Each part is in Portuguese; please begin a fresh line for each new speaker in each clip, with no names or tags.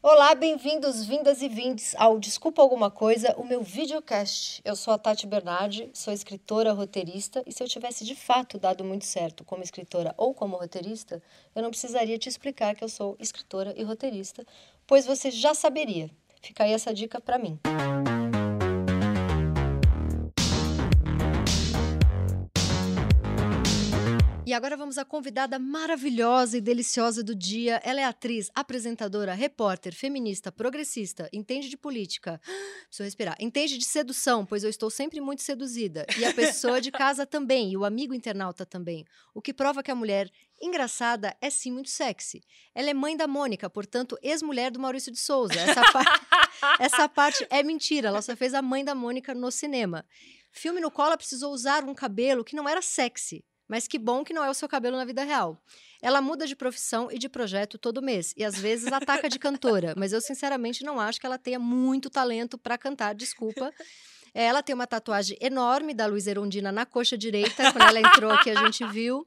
Olá, bem-vindos, vindas e vindes ao Desculpa Alguma Coisa, o meu videocast. Eu sou a Tati Bernardi, sou escritora, roteirista, e se eu tivesse de fato dado muito certo como escritora ou como roteirista, eu não precisaria te explicar que eu sou escritora e roteirista, pois você já saberia. Fica aí essa dica para mim. E agora vamos à convidada maravilhosa e deliciosa do dia. Ela é atriz, apresentadora, repórter, feminista, progressista, entende de política. Preciso respirar. Entende de sedução, pois eu estou sempre muito seduzida. E a pessoa de casa também, e o amigo internauta também. O que prova que a mulher engraçada é sim muito sexy. Ela é mãe da Mônica, portanto, ex-mulher do Maurício de Souza. Essa, par- essa parte é mentira. Ela só fez a mãe da Mônica no cinema. Filme no qual ela precisou usar um cabelo que não era sexy, mas que bom que não é o seu cabelo na vida real. Ela muda de profissão e de projeto todo mês e às vezes ataca de cantora, mas eu sinceramente não acho que ela tenha muito talento para cantar, desculpa. É, Ela tem uma tatuagem enorme da Luiz Erundina na coxa direita, quando ela entrou aqui a gente viu.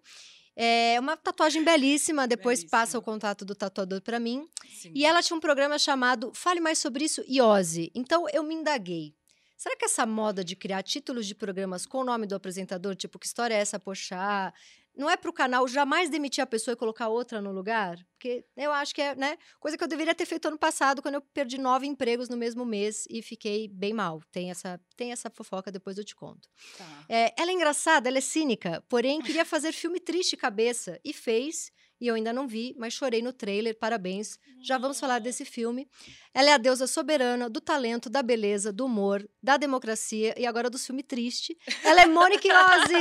É uma tatuagem belíssima, depois
Belíssima.
passa o contato do tatuador para mim.
Sim.
E ela tinha um programa chamado Fale Mais Sobre Isso, IOSE. Então eu me indaguei. Será que essa moda de criar títulos de programas com o nome do apresentador, tipo, que história é essa, poxa? Não é pro canal jamais demitir a pessoa e colocar outra no lugar? Porque eu acho que é, né? Coisa que eu deveria ter feito ano passado, quando eu perdi nove empregos no mesmo mês e fiquei bem mal. Tem essa, tem essa fofoca, depois eu te conto.
Tá.
É, ela é engraçada, ela é cínica, porém queria fazer filme triste cabeça e fez. E eu ainda não vi, mas chorei no trailer, parabéns. Já vamos falar desse filme. Ela é a deusa soberana do talento, da beleza, do humor, da democracia e agora do filme triste. Ela é Mônica Iose!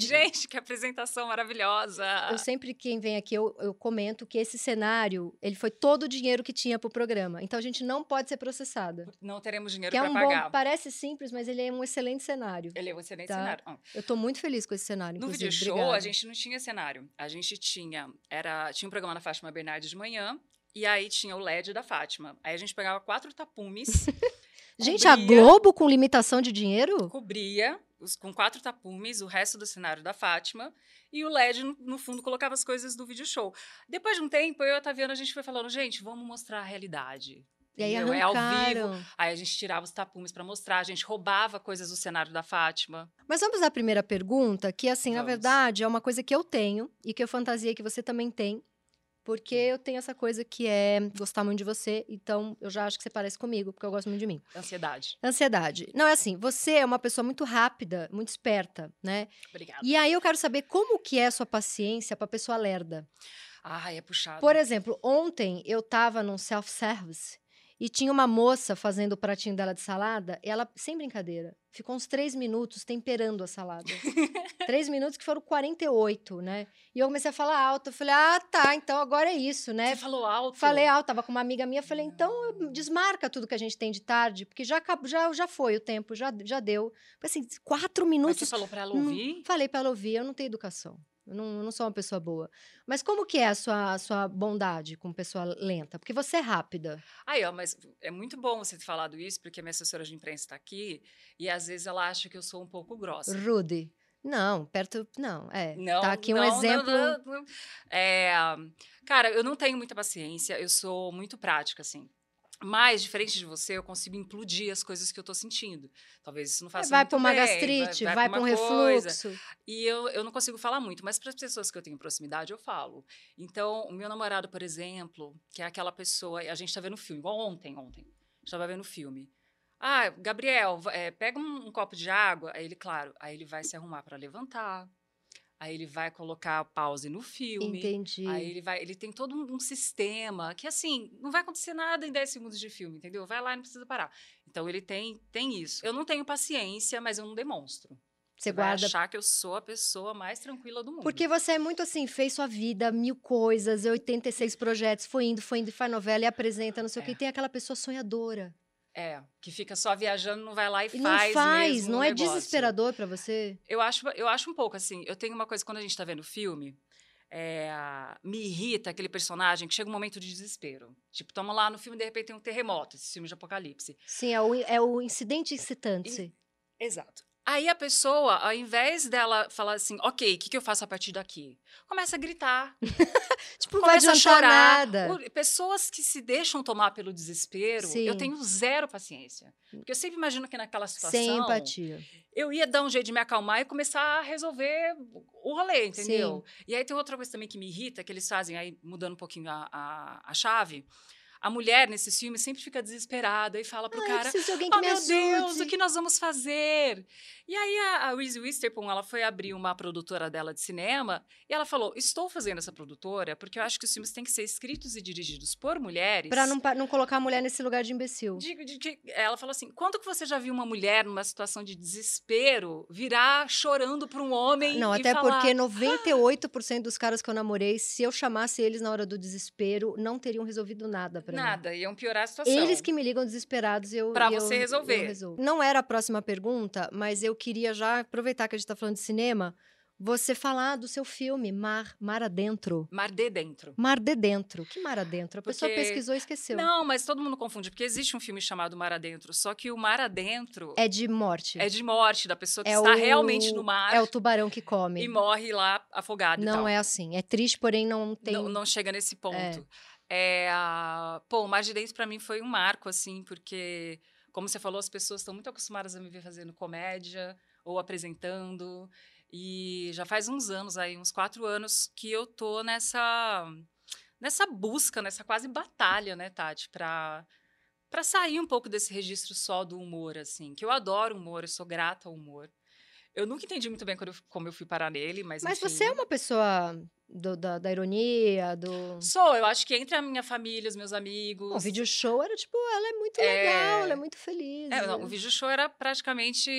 Gente, que apresentação maravilhosa!
Eu sempre, quem vem aqui, eu, eu comento que esse cenário, ele foi todo o dinheiro que tinha pro programa. Então a gente não pode ser processada.
Não teremos dinheiro
Que é
para
um
pagar.
bom, parece simples, mas ele é um excelente cenário.
Ele é um excelente
Tá.
cenário. Ah,
Eu tô muito feliz com esse cenário,
No
inclusive.
video show,
Obrigada.
a gente não tinha cenário. A gente tinha. Era, tinha um programa na Fátima Bernardes de manhã. E aí tinha o LED da Fátima. Aí a gente pegava quatro tapumes,
Gente, a
Cobria.
Globo com limitação de dinheiro?
cobria os- com quatro tapumes o resto do cenário da Fátima. E o LED, no, no fundo, colocava as coisas do video show. Depois de um tempo, eu e a Taviana, a gente foi falando, gente, vamos mostrar a realidade.
E aí
Entendeu? É ao vivo,
arrancaram.
Aí a gente tirava os tapumes pra mostrar, a gente roubava coisas do cenário da Fátima.
Mas vamos à primeira pergunta, que assim, na
Vamos.
verdade, é uma coisa que eu tenho e que eu fantasia que você também tem. Porque eu tenho essa coisa que é gostar muito de você, então eu já acho que você parece comigo, porque eu gosto muito de mim.
Ansiedade.
Ansiedade. Não, é assim, você é uma pessoa muito rápida, muito esperta, né?
Obrigada.
E aí eu quero saber como que é a sua paciência pra pessoa lerda.
Ai, é puxado.
Por exemplo, ontem eu tava num self-service e tinha uma moça fazendo o pratinho dela de salada. E ela, sem brincadeira, ficou uns três minutos temperando a salada. três minutos que foram 48, né? E eu comecei a falar alto. Eu falei, ah, tá, então agora é isso, né?
Você falou alto.
Falei alto, tava com uma amiga minha, falei, então desmarca tudo que a gente tem de tarde, porque já, acabou- já, já foi o tempo, já, já deu. Assim, quatro
Mas você
minutos
falou pra ela
Hum,
ouvir?
Falei pra ela ouvir, eu não tenho educação. Eu não, eu não sou uma pessoa boa. Mas como que é a sua, a sua bondade com pessoa lenta? Porque você é rápida.
Aí, ó, mas é muito bom você ter falado isso, porque minha assessora de imprensa tá aqui e às vezes ela acha que eu sou um pouco grossa.
Rude. Não, perto. Não, é.
Não,
tá aqui um
não, não,
exemplo.
não, não. É, cara, eu não tenho muita paciência, eu sou muito prática, assim. Mas, diferente de você, eu consigo implodir as coisas que eu tô sentindo. Talvez isso não
É,
faça
vai
muito
pra uma
bem,
gastrite, vai, pra um
uma coisa.
refluxo.
E eu, eu não consigo falar muito, mas para as pessoas que eu tenho proximidade, eu falo. Então, o meu namorado, por exemplo, que é aquela pessoa. A gente tá vendo filme, igual ontem, ontem. A gente tava vendo filme. Ah, Gabriel, va- eh, pega um, um copo de água. Aí ele, claro, aí ele vai se arrumar para levantar. Aí ele vai colocar a pause no filme.
Entendi.
Aí ele vai, ele tem todo um, um sistema que assim, não vai acontecer nada em 10 segundos de filme, entendeu? Vai lá e não precisa parar. Então ele tem tem isso. Eu não tenho paciência, mas eu não demonstro.
você
Vai
guarda.
achar que eu sou a pessoa mais tranquila do mundo.
Porque você é muito assim, fez sua vida, mil coisas, 86 projetos, foi indo, foi indo, e faz novela e apresenta, não sei o
É.
que. E tem aquela pessoa sonhadora.
é, que fica só viajando, não vai lá e,
E
faz.
não faz,
mesmo
não
o
é
negócio.
desesperador pra você?
Eu acho, eu acho um pouco assim. Eu tenho uma coisa quando a gente tá vendo filme, é, me irrita aquele personagem que chega um momento de desespero. Tipo, estamos lá no filme de repente tem um terremoto, esse filme de apocalipse.
Sim, é o, é o incidente incitante.
Exato. Aí a pessoa, ao invés dela falar assim, ok, o que, que eu faço a partir daqui? Começa a gritar,
Tipo, não vai
começa a
adiantar
chorar.
nada.
O- Pessoas que se deixam tomar pelo desespero,
Sim.
eu tenho zero paciência. Porque eu sempre imagino que naquela situação
Sem empatia.
eu ia dar um jeito de me acalmar e começar a resolver o rolê, entendeu? E aí tem outra coisa também que me irrita, que eles fazem, aí mudando um pouquinho a, a, a chave. A mulher nesses filmes sempre fica desesperada e fala pro
Ah, eu
cara.
preciso de alguém que
Oh,
me
meu
ajude.
Deus, o que nós vamos fazer? E aí a, a Reese Witherspoon, ela foi abrir uma produtora dela de cinema e ela falou, estou fazendo essa produtora porque eu acho que os filmes têm que ser escritos e dirigidos por mulheres.
Pra não, pa- não colocar a mulher nesse lugar de imbecil.
De- de- de- ela falou assim: quando que você já viu uma mulher numa situação de desespero virar chorando para um homem?
Não,
e
até
falar, Ah!
porque 98% dos caras que eu namorei, se eu chamasse eles na hora do desespero, não teriam resolvido nada pra mim.
Nada, iam piorar a situação.
Eles que me ligam desesperados e eu.
Pra
e eu-
você resolver.
eu resolvo. Não era a próxima pergunta, mas eu queria já aproveitar que a gente tá falando de cinema, você falar do seu filme, Mar, Mar Adentro.
Mar de dentro.
Mar de Dentro. Que Mar Adentro? A pessoa
Porque-
pesquisou e esqueceu.
Não, mas todo mundo confunde, porque existe um filme chamado Mar Adentro, só que o Mar Adentro é,
É de morte.
de morte da pessoa que
É
está
o-
realmente no mar
É o tubarão que come.
e morre lá afogado. e
Não
tal.
é assim. É triste, porém não tem.
Não, é não chega nesse ponto. É, a- Pô, o Mar de Dentro pra mim foi um marco, assim, porque, como você falou, as pessoas estão muito acostumadas a me ver fazendo comédia ou apresentando. E já faz uns anos aí, uns quatro anos, que eu tô nessa, nessa busca, nessa quase batalha, né, Tati, pra, pra sair um pouco desse registro só do humor, assim. Que eu adoro humor, eu sou grata ao humor. Eu nunca entendi muito bem quando eu- como eu fui parar nele, mas.
Mas
enfim.
você é uma pessoa do- da, da ironia, do.
Sou, eu acho que entre a minha família, os meus amigos.
O Hum. vídeo show era tipo, ela é muito
É.
legal, ela é muito feliz.
É, não, o vídeo show era praticamente.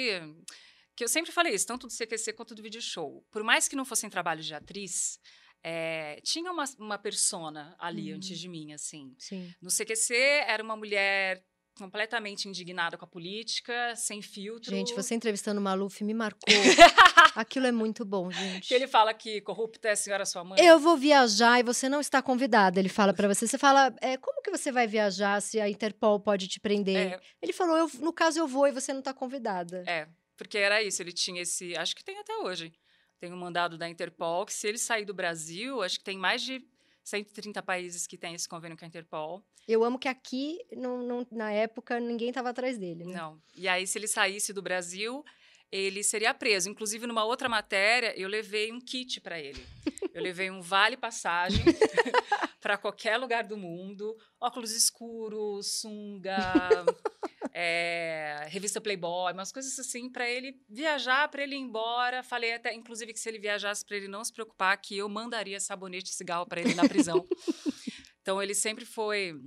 Que eu sempre falei isso, tanto do CQC quanto do vídeo show. Por mais que não fossem trabalhos de atriz, é, tinha uma, uma persona ali
Uhum.
antes de mim, assim.
Sim.
No CQC era uma mulher completamente indignada com a política, sem filtro.
Gente, você entrevistando o Maluf me marcou. Aquilo é muito bom, gente.
Que ele fala que corrupta é a senhora sua mãe.
Eu vou viajar e você não está convidada. Ele fala pra você. Você fala, é, como que você vai viajar se a Interpol pode te prender?
É.
Ele falou, eu- no caso eu vou e você não tá convidada.
É, porque era isso, ele tinha esse. Acho que tem até hoje. Tem um mandado da Interpol, que se ele sair do Brasil, acho que tem mais de 130 países que têm esse convênio com a Interpol.
Eu amo que aqui, não- não- na época, ninguém tava atrás dele. Né?
Não. E aí, se ele saísse do Brasil, ele seria preso. Inclusive, numa outra matéria, eu levei um kit para ele. Eu levei um vale-passagem para qualquer lugar do mundo, óculos escuros, sunga. é, revista Playboy, umas coisas assim para ele viajar, para ele ir embora. Falei até, inclusive, que se ele viajasse para ele não se preocupar, que eu mandaria sabonete e cigarro para ele na prisão. então ele sempre foi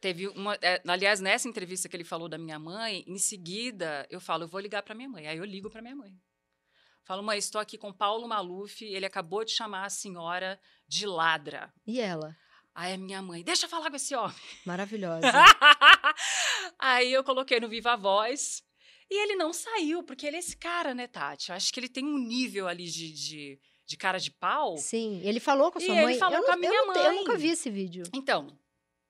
Teve uma. é, aliás, nessa entrevista que ele falou da minha mãe, em seguida eu falo, eu vou ligar para minha mãe. Aí eu ligo para minha mãe. Falo, mãe, estou aqui com Paulo Maluf, ele acabou de chamar a senhora de ladra.
E ela?
Aí a minha mãe, deixa eu falar com esse homem.
Maravilhosa.
Aí eu coloquei no Viva Voz. E ele não saiu, porque ele é esse cara, né, Tati? Eu acho que ele tem um nível ali de, de, de cara de pau.
Sim, ele falou com
E
sua
ele
mãe.
falou
eu
com a
não,
minha
eu não te- Eu
mãe.
nunca vi esse vídeo.
Então,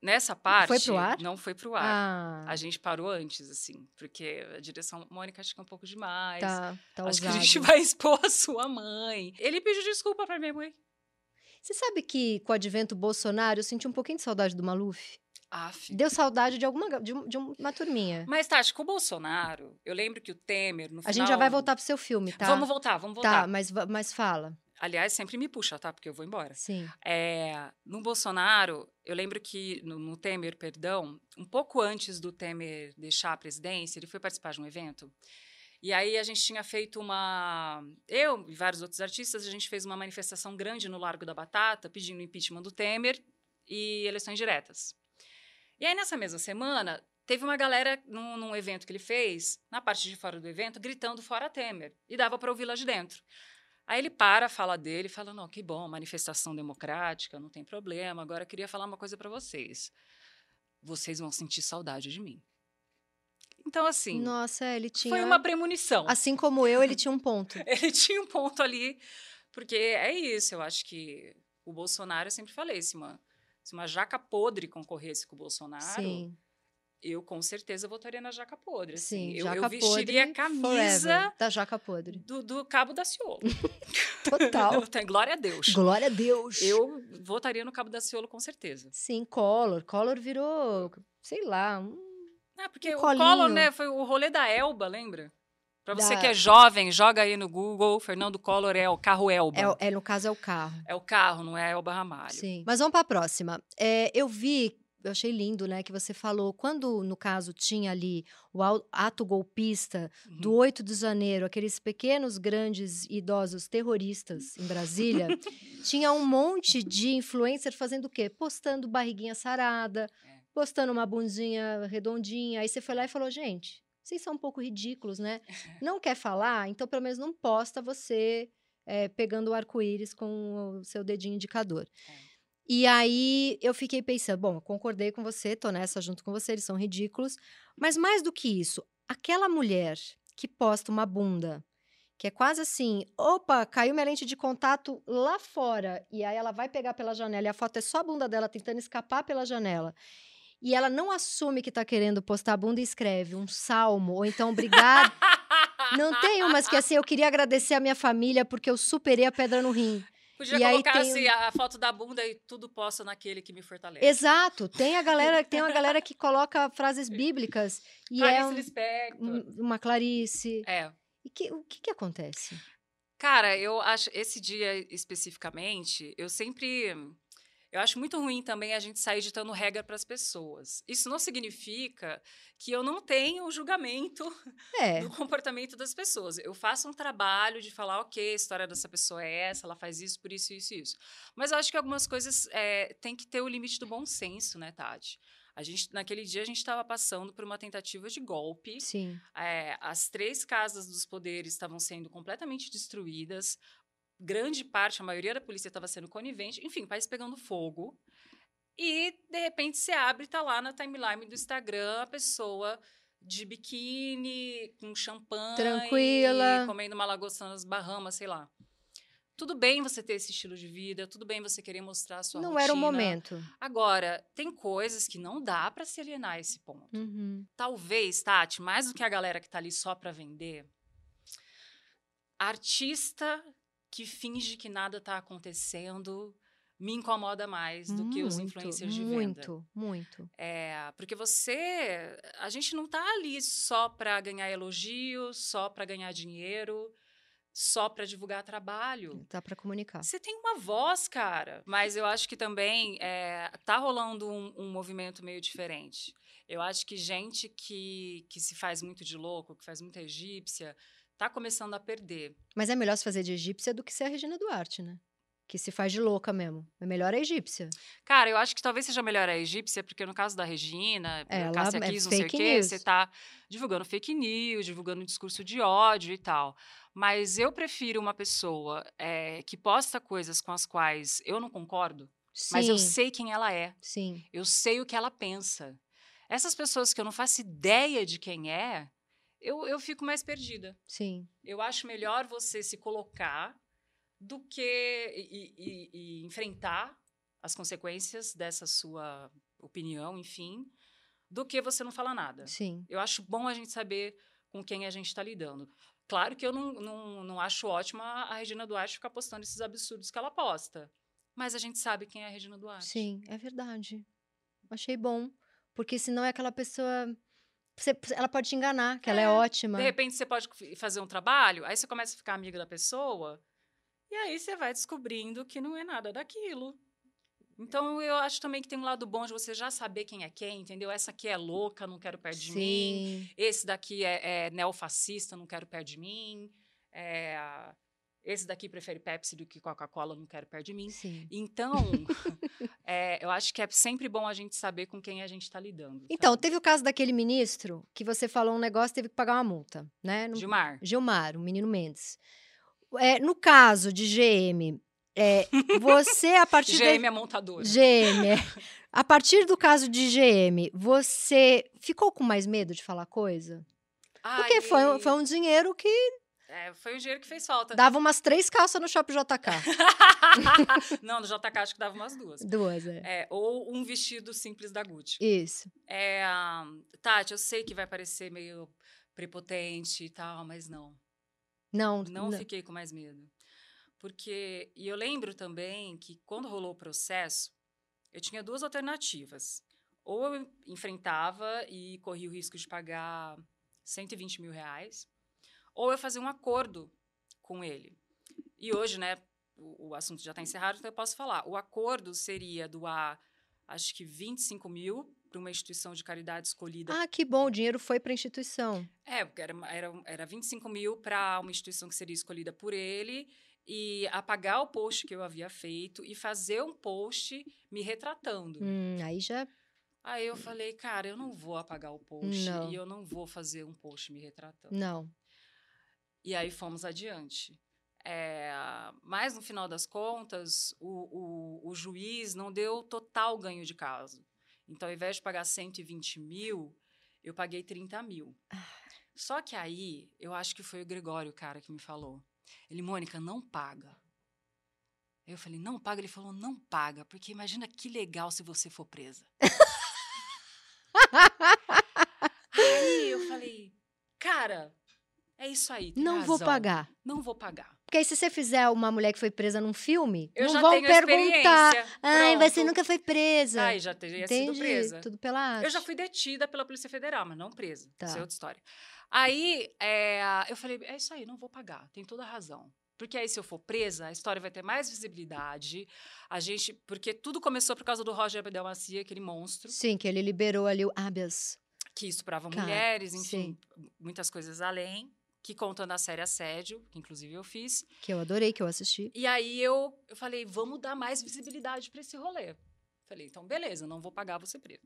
nessa parte.
pro ar?
Não foi pro ar.
Ah,
A gente parou antes, assim, porque a direção Mônica acho que é um pouco demais.
tá, tá
acho que a
ousado.
gente vai expor a sua mãe. Ele pediu desculpa pra minha mãe.
Você sabe que com o advento Bolsonaro eu senti um pouquinho de saudade do Maluf?
Aff.
Deu saudade de alguma ga- de, um- de uma turminha.
Mas, Tati, com o Bolsonaro, eu lembro que o Temer, no
A
final...
gente já vai voltar pro seu filme, tá?
Vamos voltar, vamos voltar.
Tá, mas, va- mas fala.
Aliás, sempre me puxa, tá? Porque eu vou embora.
Sim.
É, no Bolsonaro, eu lembro que, no, no Temer, perdão, um pouco antes do Temer deixar a presidência, ele foi participar de um evento. E aí a gente tinha feito uma. Eu e vários outros artistas, a gente fez uma manifestação grande no Largo da Batata, pedindo o impeachment do Temer e eleições diretas. E aí, nessa mesma semana, teve uma galera num, num evento que ele fez, na parte de fora do evento, gritando fora Temer. E dava para ouvir lá de dentro. Aí ele para, fala dele, fala: não, que bom, manifestação democrática, não tem problema. Agora eu queria falar uma coisa para vocês. Vocês vão sentir saudade de mim. Então, assim.
Nossa, é, ele tinha.
Foi uma premonição.
Assim como eu, ele tinha um ponto.
Ele tinha um ponto ali, porque é isso, eu acho que o Bolsonaro, eu sempre falei, se uma, se uma jaca podre concorresse com o Bolsonaro,
Sim.
eu com certeza votaria na Jaca Podre.
Sim,
assim. eu,
jaca
eu vestiria a
podre
camisa
forever, da jaca podre.
do, do Cabo da Ciolo. Então,
Total.
Glória a Deus.
Glória a Deus.
Eu votaria no Cabo da Ciolo com certeza.
Sim, Collor. Collor virou, sei lá, um-
Ah, porque
Um
o
colinho.
Collor, né, foi o rolê da Elba, lembra? Pra você
Da-
que é jovem, joga aí no Google, Fernando Collor é o carro Elba.
é,
É
o-
o,
é, no caso é o carro.
carro, não é Elba Ramalho.
Sim. Mas vamos para a próxima. É, eu vi, eu achei lindo, né, que você falou quando no caso tinha ali o au- ato golpista
Uhum.
do 8 de janeiro, aqueles pequenos, grandes, idosos terroristas em Brasília, tinha um monte de influencer fazendo o quê? Postando barriguinha sarada,
É.
postando uma bundinha redondinha. Aí você foi lá e falou, gente, vocês são um pouco ridículos, né? Não quer falar? Então, pelo menos não posta você é, pegando o arco-íris com o seu dedinho indicador.
É.
E aí eu fiquei pensando, bom, eu concordei com você, tô nessa junto com você, eles são ridículos. Mas mais do que isso, aquela mulher que posta uma bunda, que é quase assim, opa, caiu minha lente de contato lá fora, e aí ela vai pegar pela janela, e a foto é só a bunda dela tentando escapar pela janela. E ela não assume que tá querendo postar a bunda e escreve um salmo, ou então obrigado. não tem umas que assim, eu queria agradecer a minha família porque eu superei a pedra no rim.
Podia
E aí
colocar
tem um
assim, a foto da bunda e tudo posta naquele que me fortalece.
Exato, tem a galera, tem uma galera que coloca frases bíblicas e
Clarice
é um-
Lispector.
um- uma Clarice.
É.
E que, o que que acontece?
Cara, eu acho esse dia especificamente, eu sempre eu acho muito ruim também a gente sair ditando regra para as pessoas. Isso não significa que eu não tenho julgamento
É,
do comportamento das pessoas. Eu faço um trabalho de falar, ok, a história dessa pessoa é essa, ela faz isso, por isso, isso, isso. Mas eu acho que algumas coisas é, tem que ter o limite do bom senso, né, Tati? A gente, naquele dia a gente estava passando por uma tentativa de golpe.
sim.
É, as três casas dos poderes estavam sendo completamente destruídas. Grande parte, a maioria da polícia estava sendo conivente. Enfim, o país pegando fogo. E, de repente, você abre e tá lá na timeline do Instagram a pessoa de biquíni, com champanhe.
Tranquila.
Comendo uma lagosta nas Bahamas, sei lá. Tudo bem você ter esse estilo de vida, tudo bem você querer mostrar a sua
Não
rotina.
era o momento.
Agora, tem coisas que não dá para se alienar a esse ponto
Uhum.
talvez, Tati, mais do que a galera que tá ali só pra vender, artista que finge que nada tá acontecendo me incomoda mais do que os
Uhum. Muito,
influencers de venda.
Muito, muito.
É, porque você, a gente não tá ali só pra ganhar elogio, só pra ganhar dinheiro, só pra divulgar trabalho.
Dá pra comunicar.
Você tem uma voz, cara. Mas eu acho que também é, tá rolando um, um movimento meio diferente. Eu acho que gente que, que se faz muito de louco, que faz muita egípcia, tá começando a perder.
Mas é melhor se fazer de egípcia do que ser a Regina Duarte, né? Que se faz de louca mesmo. É melhor a egípcia.
Cara, eu acho que talvez seja melhor a egípcia, porque no caso da Regina,
É, ela
Cássia
é
Kiss, não sei o
fake
quê,
news.
você tá divulgando fake news, divulgando discurso de ódio e tal. Mas eu prefiro uma pessoa é, que posta coisas com as quais eu não concordo,
Sim,
mas eu sei quem ela é.
sim.
Eu sei o que ela pensa. Essas pessoas que eu não faço ideia de quem é, eu, eu fico mais perdida.
Sim,
Eu acho melhor você se colocar do que e, e- e enfrentar as consequências dessa sua opinião, enfim, do que você não falar nada.
sim.
Eu acho bom a gente saber com quem a gente está lidando. Claro que eu não, não, não acho ótima a Regina Duarte ficar postando esses absurdos que ela posta. Mas a gente sabe quem é a Regina Duarte.
Sim, é verdade. Achei bom. Porque senão é aquela pessoa. você- ela pode te enganar, que ela é
É,
ótima.
De repente você pode f- fazer um trabalho, aí você começa a ficar amiga da pessoa, e aí você vai descobrindo que não é nada daquilo. Então eu acho também que tem um lado bom de você já saber quem é quem, entendeu? Essa aqui é louca, não quero perto de mim.
Sim.
Esse daqui é, é neofascista, não quero perto de mim. É, esse daqui prefere Pepsi do que Coca-Cola, não quero perto de mim.
Sim.
Então, é, eu acho que é sempre bom a gente saber com quem a gente está lidando. tá?
Então,
sabe?
teve o caso daquele ministro que você falou um negócio e teve que pagar uma multa, né? Não
Gilmar.
Gilmar, o menino Mendes. É, no caso de GM, é, você, a partir da-
GM é montadora.
GM. é. A partir do caso de GM, você ficou com mais medo de falar coisa? Porque foi, um-
Ai.
foi um dinheiro que
É, foi o dinheiro que fez falta.
Dava umas três calças no Shopping JK.
Não, no JK acho que dava umas duas.
Duas, é.
É, ou um vestido simples da Gucci.
Isso.
É, ah, Tati, eu sei que vai parecer meio prepotente e tal, mas não.
Não,
Não
não.
fiquei com mais medo. Porque, e eu lembro também que quando rolou o processo, eu tinha duas alternativas. Ou eu enfrentava e corria o risco de pagar 120 mil reais, ou eu fazia um acordo com ele. E hoje, né, o, o assunto já está encerrado, então eu posso falar. O acordo seria doar, acho que 25 mil para uma instituição de caridade escolhida
Ah, que bom, o dinheiro foi para instituição.
é, porque era, uma- era, um- era 25 mil para uma instituição que seria escolhida por ele e apagar o post que eu havia feito e fazer um post me retratando.
Hum, aí já.
Aí eu falei, cara, eu não vou apagar o post
Não.
e eu não vou fazer um post me retratando.
Não.
E aí fomos adiante. É, mas no final das contas, o, o, o juiz não deu total ganho de caso. Então, ao invés de pagar 120 mil, eu paguei 30 mil.
Ah.
Só que aí, eu acho que foi o Gregório, o cara, que me falou. Ele, Mônica, não paga. Eu falei, não paga? Ele falou, não paga, porque imagina que legal se você for presa. aí eu falei, cara, é isso aí. tem
Não vou
razão
pagar.
não vou pagar.
Porque aí, se você fizer uma mulher que foi presa num filme,
Eu
não
já
vão
tenho a
perguntar.
experiência.
Ai,
Pronto.
você nunca foi presa.
Ai, já teria sido
Entendi.
presa.
Tudo pela arte.
Eu já fui detida pela Polícia Federal, mas não presa.
Tá.
Isso é outra história. Aí é, eu falei: é isso aí, não vou pagar. Tem toda a razão. Porque aí, se eu for presa, a história vai ter mais visibilidade. A gente. Porque tudo começou por causa do Roger Abdel Macia, aquele monstro,
Sim, que ele liberou ali o habeas.
que estuprava
Cara,
mulheres, enfim, muitas coisas além, que contam da série Assédio, que inclusive eu fiz.
Que eu adorei, que eu assisti.
E aí eu, eu falei, vamos dar mais visibilidade para esse rolê. Falei, então beleza, não vou pagar, vou ser preso.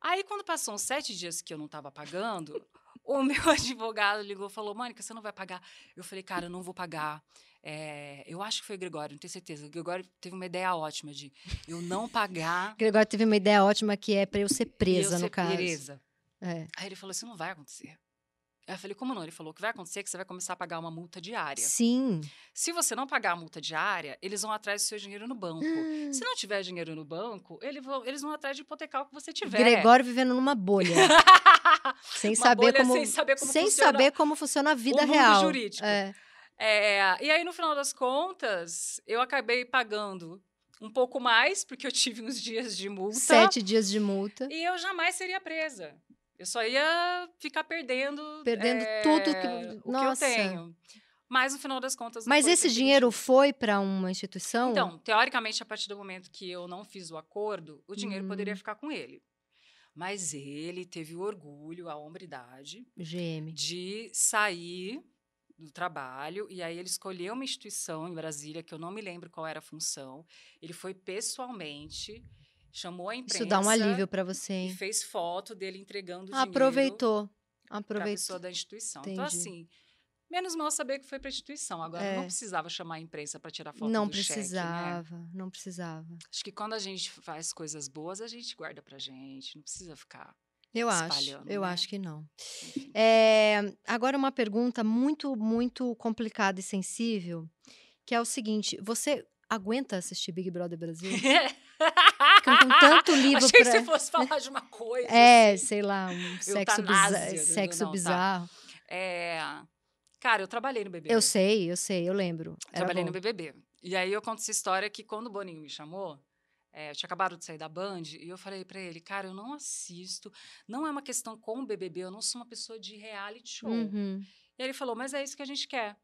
Aí quando passou uns sete dias que eu não estava pagando, o meu advogado ligou e falou, Mônica, você não vai pagar? Eu falei, cara, eu não vou pagar. É, eu acho que foi o Gregório, não tenho certeza. O Gregório teve uma ideia ótima de eu não pagar
Gregório teve uma ideia ótima que é pra eu ser
e eu
presa, no
ser
caso.
presa.
É.
Aí ele falou, isso não vai acontecer. Aí eu falei, como não? Ele falou, o que vai acontecer é que você vai começar a pagar uma multa diária.
Sim.
Se você não pagar a multa diária, eles vão atrás do seu dinheiro no banco. Um
Ah.
Se não tiver dinheiro no banco, ele vão- eles vão atrás de hipotecar o que você tiver.
Gregório vivendo numa bolha. sem,
Uma
saber
bolha
como,
sem saber como
sem
funciona
saber como funciona a vida
o mundo
real.
jurídico.
É.
É, e aí, no final das contas, eu acabei pagando um pouco mais, porque eu tive uns dias de multa.
Sete dias de multa.
E eu jamais seria presa. Eu só ia ficar perdendo...
Perdendo
é,
tudo que-
o
nossa.
que eu tenho. Mas, no final das contas... não
Mas
foi
esse
definitivo.
dinheiro foi pra uma instituição?
Então, teoricamente, a partir do momento que eu não fiz o acordo, o dinheiro
Hum.
poderia ficar com ele. Mas ele teve o orgulho, a hombridade,
GM.
de sair do trabalho e aí ele escolheu uma instituição em Brasília que eu não me lembro qual era a função. Ele foi pessoalmente, chamou a imprensa.
Isso dá um alívio pra você,
E
hein?
fez foto dele entregando o dinheiro
Aproveitou.
para pessoa
Aproveitou.
da instituição. Então
Entendi.
assim, menos mal saber que foi para instituição. Agora
É.
não precisava chamar a imprensa para tirar foto
Não
do cheque, né?
precisava, não precisava.
Acho que quando a gente faz coisas boas, a gente guarda pra gente, não precisa ficar.
Eu acho,
Espalhando,
eu
né?
acho que não.
Enfim.
É, agora uma pergunta muito, muito complicada e sensível, que é o seguinte: você aguenta assistir Big Brother Brasil? Ficam com tanto livro
Achei que
pra.
você fosse falar de uma coisa.
É,
assim.
sei lá, um sexo, bizar-
né?
sexo
Não, tá.
bizarro.
É, Cara, eu trabalhei no BBB.
Eu sei, eu sei, eu lembro. Era
Trabalhei no
bom.
BBB. E aí eu conto essa história que quando o Boninho me chamou, é, eu tinha acabado de sair da Band, e eu falei pra ele, cara, eu não assisto, não é uma questão com o BBB, eu não sou uma pessoa de reality show.
Uhum.
E ele falou, mas é isso que a gente quer.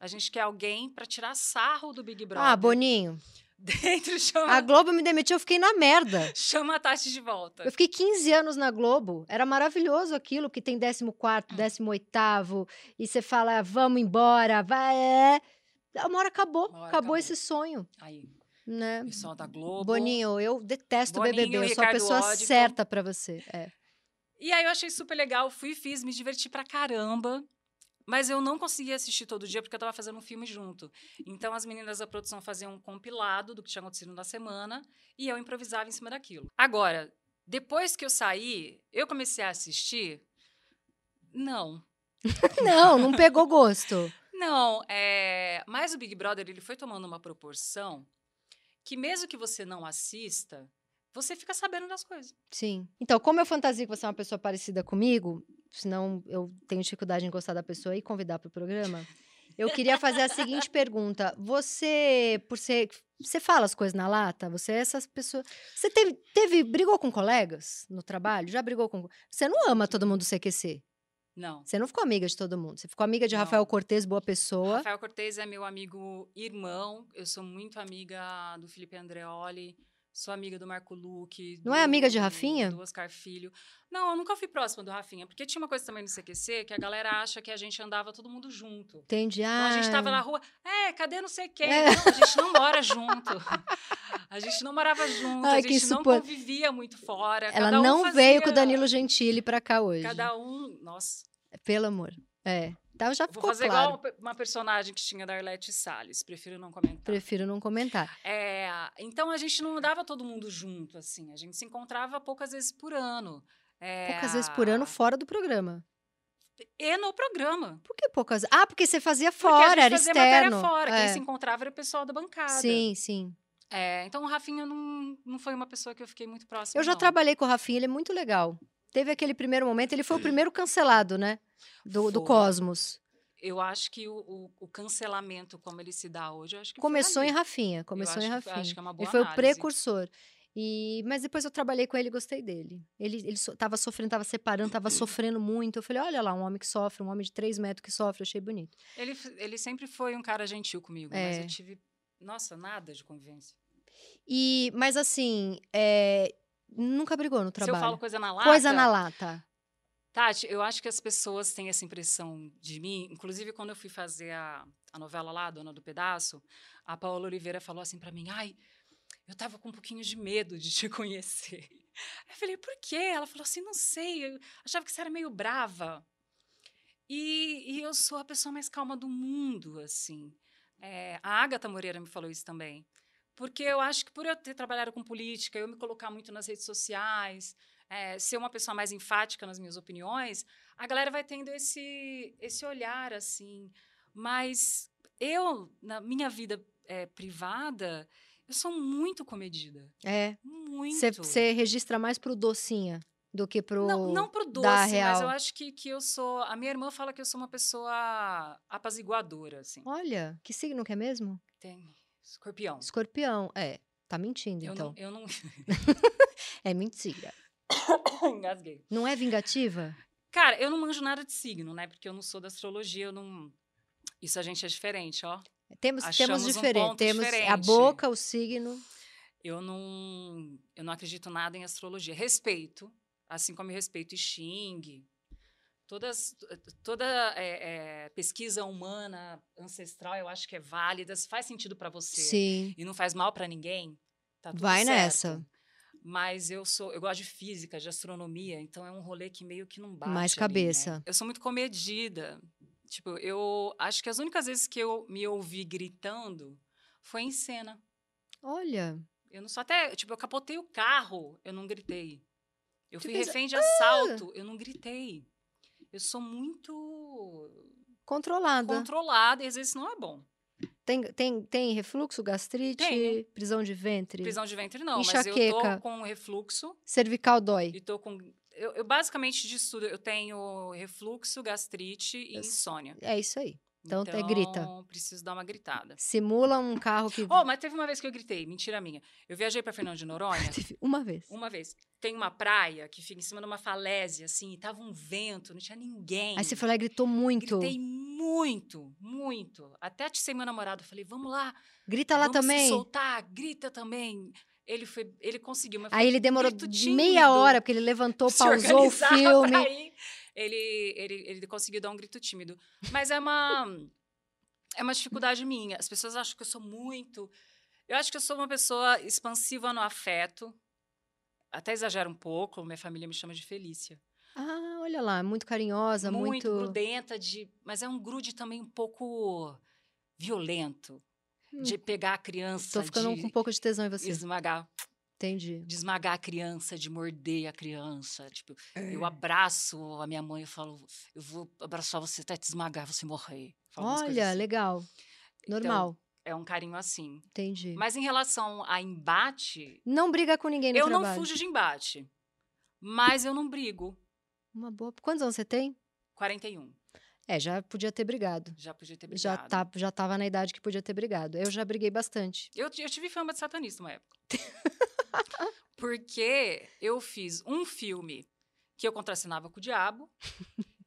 A gente quer alguém pra tirar sarro do Big Brother. Ah.
Ah, Boninho,
Dentro chama
a Globo me demitiu, eu fiquei na merda.
Chama a Tati de volta.
Eu fiquei 15 anos na Globo. Era maravilhoso aquilo que tem
Hum.
14, 18 e você fala, vamos embora, vai. é. Uma hora acabou,
Uma
acabou
hora acabou.
esse sonho,
Aí,
né?
pessoal da Globo.
Boninho, eu detesto o
Boninho,
BBB, eu sou a
Ricardo
pessoa
Ódipo.
certa pra você. É.
E aí eu achei super legal, fui e fiz, me diverti pra caramba. Mas eu não conseguia assistir todo dia porque eu tava fazendo um filme junto. Então as meninas da produção faziam um compilado do que tinha acontecido na semana e eu improvisava em cima daquilo. Agora, depois que eu saí, eu comecei a assistir. Não,
Não, não pegou gosto.
Não, é... mas o Big Brother ele foi tomando uma proporção que mesmo que você não assista, você fica sabendo das coisas.
Sim. Então, como eu fantasio que você é uma pessoa parecida comigo, senão eu tenho dificuldade em gostar da pessoa e convidar para o programa, eu queria fazer a seguinte pergunta. Você, por ser. Você fala as coisas na lata? Você é essas pessoas. Você teve, teve. Brigou com colegas no trabalho? Já brigou com. Você não ama todo mundo se aquecer?
Não.
Você não ficou amiga de todo mundo. Você ficou amiga de
Não.
Rafael Cortez, boa pessoa.
Rafael Cortez é meu amigo irmão. Eu sou muito amiga do Felipe Andreoli. Sou amiga do Marco Luque.
Não é
do-
amiga de Rafinha?
Do Oscar Filho. Não, eu nunca fui próxima do Rafinha. Porque tinha uma coisa também no CQC que a galera acha que a gente andava todo mundo junto.
Entendi.
Então,
Ah,
a gente tava na rua, é, cadê não sei quem?
É.
Não, a gente não mora junto. A gente não morava junto,
Ai,
a
que
gente não
insuportável.
convivia muito fora.
ela
cada um
não
fazia-
veio com o Danilo Gentili pra cá hoje.
Cada um, nossa,
Pelo amor. É. Então já
eu vou
ficou
fazer
claro.
igual uma- uma personagem que tinha da Arlete Salles, prefiro não comentar.
Prefiro não comentar.
É, então a gente não andava todo mundo junto, assim, a gente se encontrava poucas vezes por ano. É,
Poucas vezes por ano fora do programa.
E no programa.
Por que poucas? Ah, porque você fazia
Porque
fora,
a gente
era
fazia
externo.
matéria fora,
É.
quem se encontrava era o pessoal da bancada.
Sim, sim.
É, então o Rafinha não, não foi uma pessoa que eu fiquei muito próxima.
Eu já
não.
trabalhei com o Rafinha, ele é muito legal. Teve aquele primeiro momento, ele foi o primeiro cancelado, né? Do, do
Hum. Foi.
Cosmos.
Eu acho que o, o- o cancelamento, como ele se dá hoje, eu acho que
Começou
foi
em
ali.
Rafinha,
Eu
começou
acho
em
que-
Rafinha.
acho que é uma boa
ele foi o
análise.
precursor. E, mas depois eu trabalhei com ele e gostei dele. Ele, ele so- tava sofrendo, tava separando, tava sofrendo muito. Eu falei, olha lá, um homem que sofre, um homem de três metros que sofre, eu achei bonito.
Ele, f- ele sempre foi um cara gentil comigo, mas
É.
eu tive, nossa, nada de convivência.
E, mas assim, é, nunca brigou no trabalho.
Se eu falo coisa na lata...
Coisa na lata.
Tati, eu acho que as pessoas têm essa impressão de mim. Inclusive, quando eu fui fazer a, a novela lá, Dona do Pedaço, a Paola Oliveira falou assim pra mim, ai, eu tava com um pouquinho de medo de te conhecer. Eu falei, por quê? Ela falou assim, não sei, eu achava que você era meio brava. E, e eu sou a pessoa mais calma do mundo, assim. É, a Agatha Moreira me falou isso também. Porque eu acho que por eu ter trabalhado com política, eu me colocar muito nas redes sociais, é, ser uma pessoa mais enfática nas minhas opiniões, a galera vai tendo esse, esse olhar, assim. Mas eu, na minha vida é, privada, eu sou muito comedida.
É.
Muito.
Você registra mais pro docinha do que pro.
Não, não pro doce,
dar
mas
real.
eu acho que, que eu sou. A minha irmã fala que eu sou uma pessoa apaziguadora, assim.
Olha, que signo que é mesmo?
Tem. Escorpião.
Escorpião. É, tá mentindo,
Eu
então.
não. Eu não
É mentira.
engasguei.
Não é vingativa?
Cara, eu não manjo nada de signo, né? Porque eu não sou da astrologia, eu não. Isso a gente é diferente, ó.
Temos,
Achamos
temos
um
diferente.
ponto
temos a
diferente.
boca, o signo.
Eu não, eu não acredito nada em astrologia. Respeito, assim como eu respeito Xing, todas, toda é, é, pesquisa humana ancestral eu acho que é válida, se faz sentido para você
Sim.
e não faz mal para ninguém, tá tudo
Vai
certo.
nessa.
Mas eu sou, eu gosto de física, de astronomia, então é um rolê que meio que não bate.
Mais
ali, né?
cabeça.
Eu sou muito comedida. Tipo, eu acho que as únicas vezes que eu me ouvi gritando foi em cena.
Olha.
Eu não sou até. Tipo, eu capotei o carro, eu não gritei. Eu
Você
fui
fez,
refém de assalto, eu não gritei. Eu sou muito
Controlada.
controlada e às vezes não é bom.
Tem, tem, tem refluxo, gastrite,
Tenho.
prisão de ventre.
Prisão de ventre não, mas eu
Enxaqueca.
tô com um refluxo
Cervical dói.
e tô com. Eu, eu basicamente de estudo, eu tenho refluxo, gastrite e
Eu-
insônia.
É isso aí. Então, é grita.
Então, preciso dar uma gritada.
Simula um carro que.
Oh, mas teve uma vez que eu gritei, mentira minha. Eu viajei pra Fernando de Noronha
Teve Uma vez.
Uma vez, tem uma praia que fica em cima de uma falésia, assim, e tava um vento, não tinha ninguém.
Aí você falou, gritou muito.
Gritei muito, muito. Até aticei meu namorado, falei, vamos lá.
Grita Tá lá
vamos
também.
se soltar, grita também. Ele foi, ele conseguiu. Mas
Aí ele demorou
grito
meia
tímido.
hora, porque ele levantou,
se
pausou o
organizar pra
filme.
ir. Ele, ele, ele conseguiu dar um grito tímido. Mas é uma, é uma dificuldade minha. As pessoas acham que eu sou muito. Eu acho que eu sou uma pessoa expansiva no afeto. Até exagero um pouco, minha família me chama de Felícia.
Ah, olha lá, muito carinhosa, muito.
muito, grudenta, de, mas é um grude também um pouco violento.
Hum.
De pegar a criança,
Tô ficando um
de
com um pouco de tesão em você.
esmagar
Entendi.
de esmagar a criança, de morder a criança. Tipo,
É.
eu abraço a minha mãe e falo, eu vou abraçar você até te esmagar, você morrer. Falo umas coisas
Olha,
assim.
legal.
Então,
Normal.
é um carinho assim.
Entendi.
Mas em relação a embate,
Não briga com ninguém no
eu
trabalho.
não fujo de embate. Mas eu não brigo.
Uma boa. Quantos anos você tem?
41.
É, já podia ter brigado.
Já podia ter brigado.
Já, tá, já tava na idade que podia ter brigado. Eu já briguei bastante.
Eu, ti- eu tive fama de satanista uma época. Porque eu fiz um filme que eu contracenava com o diabo.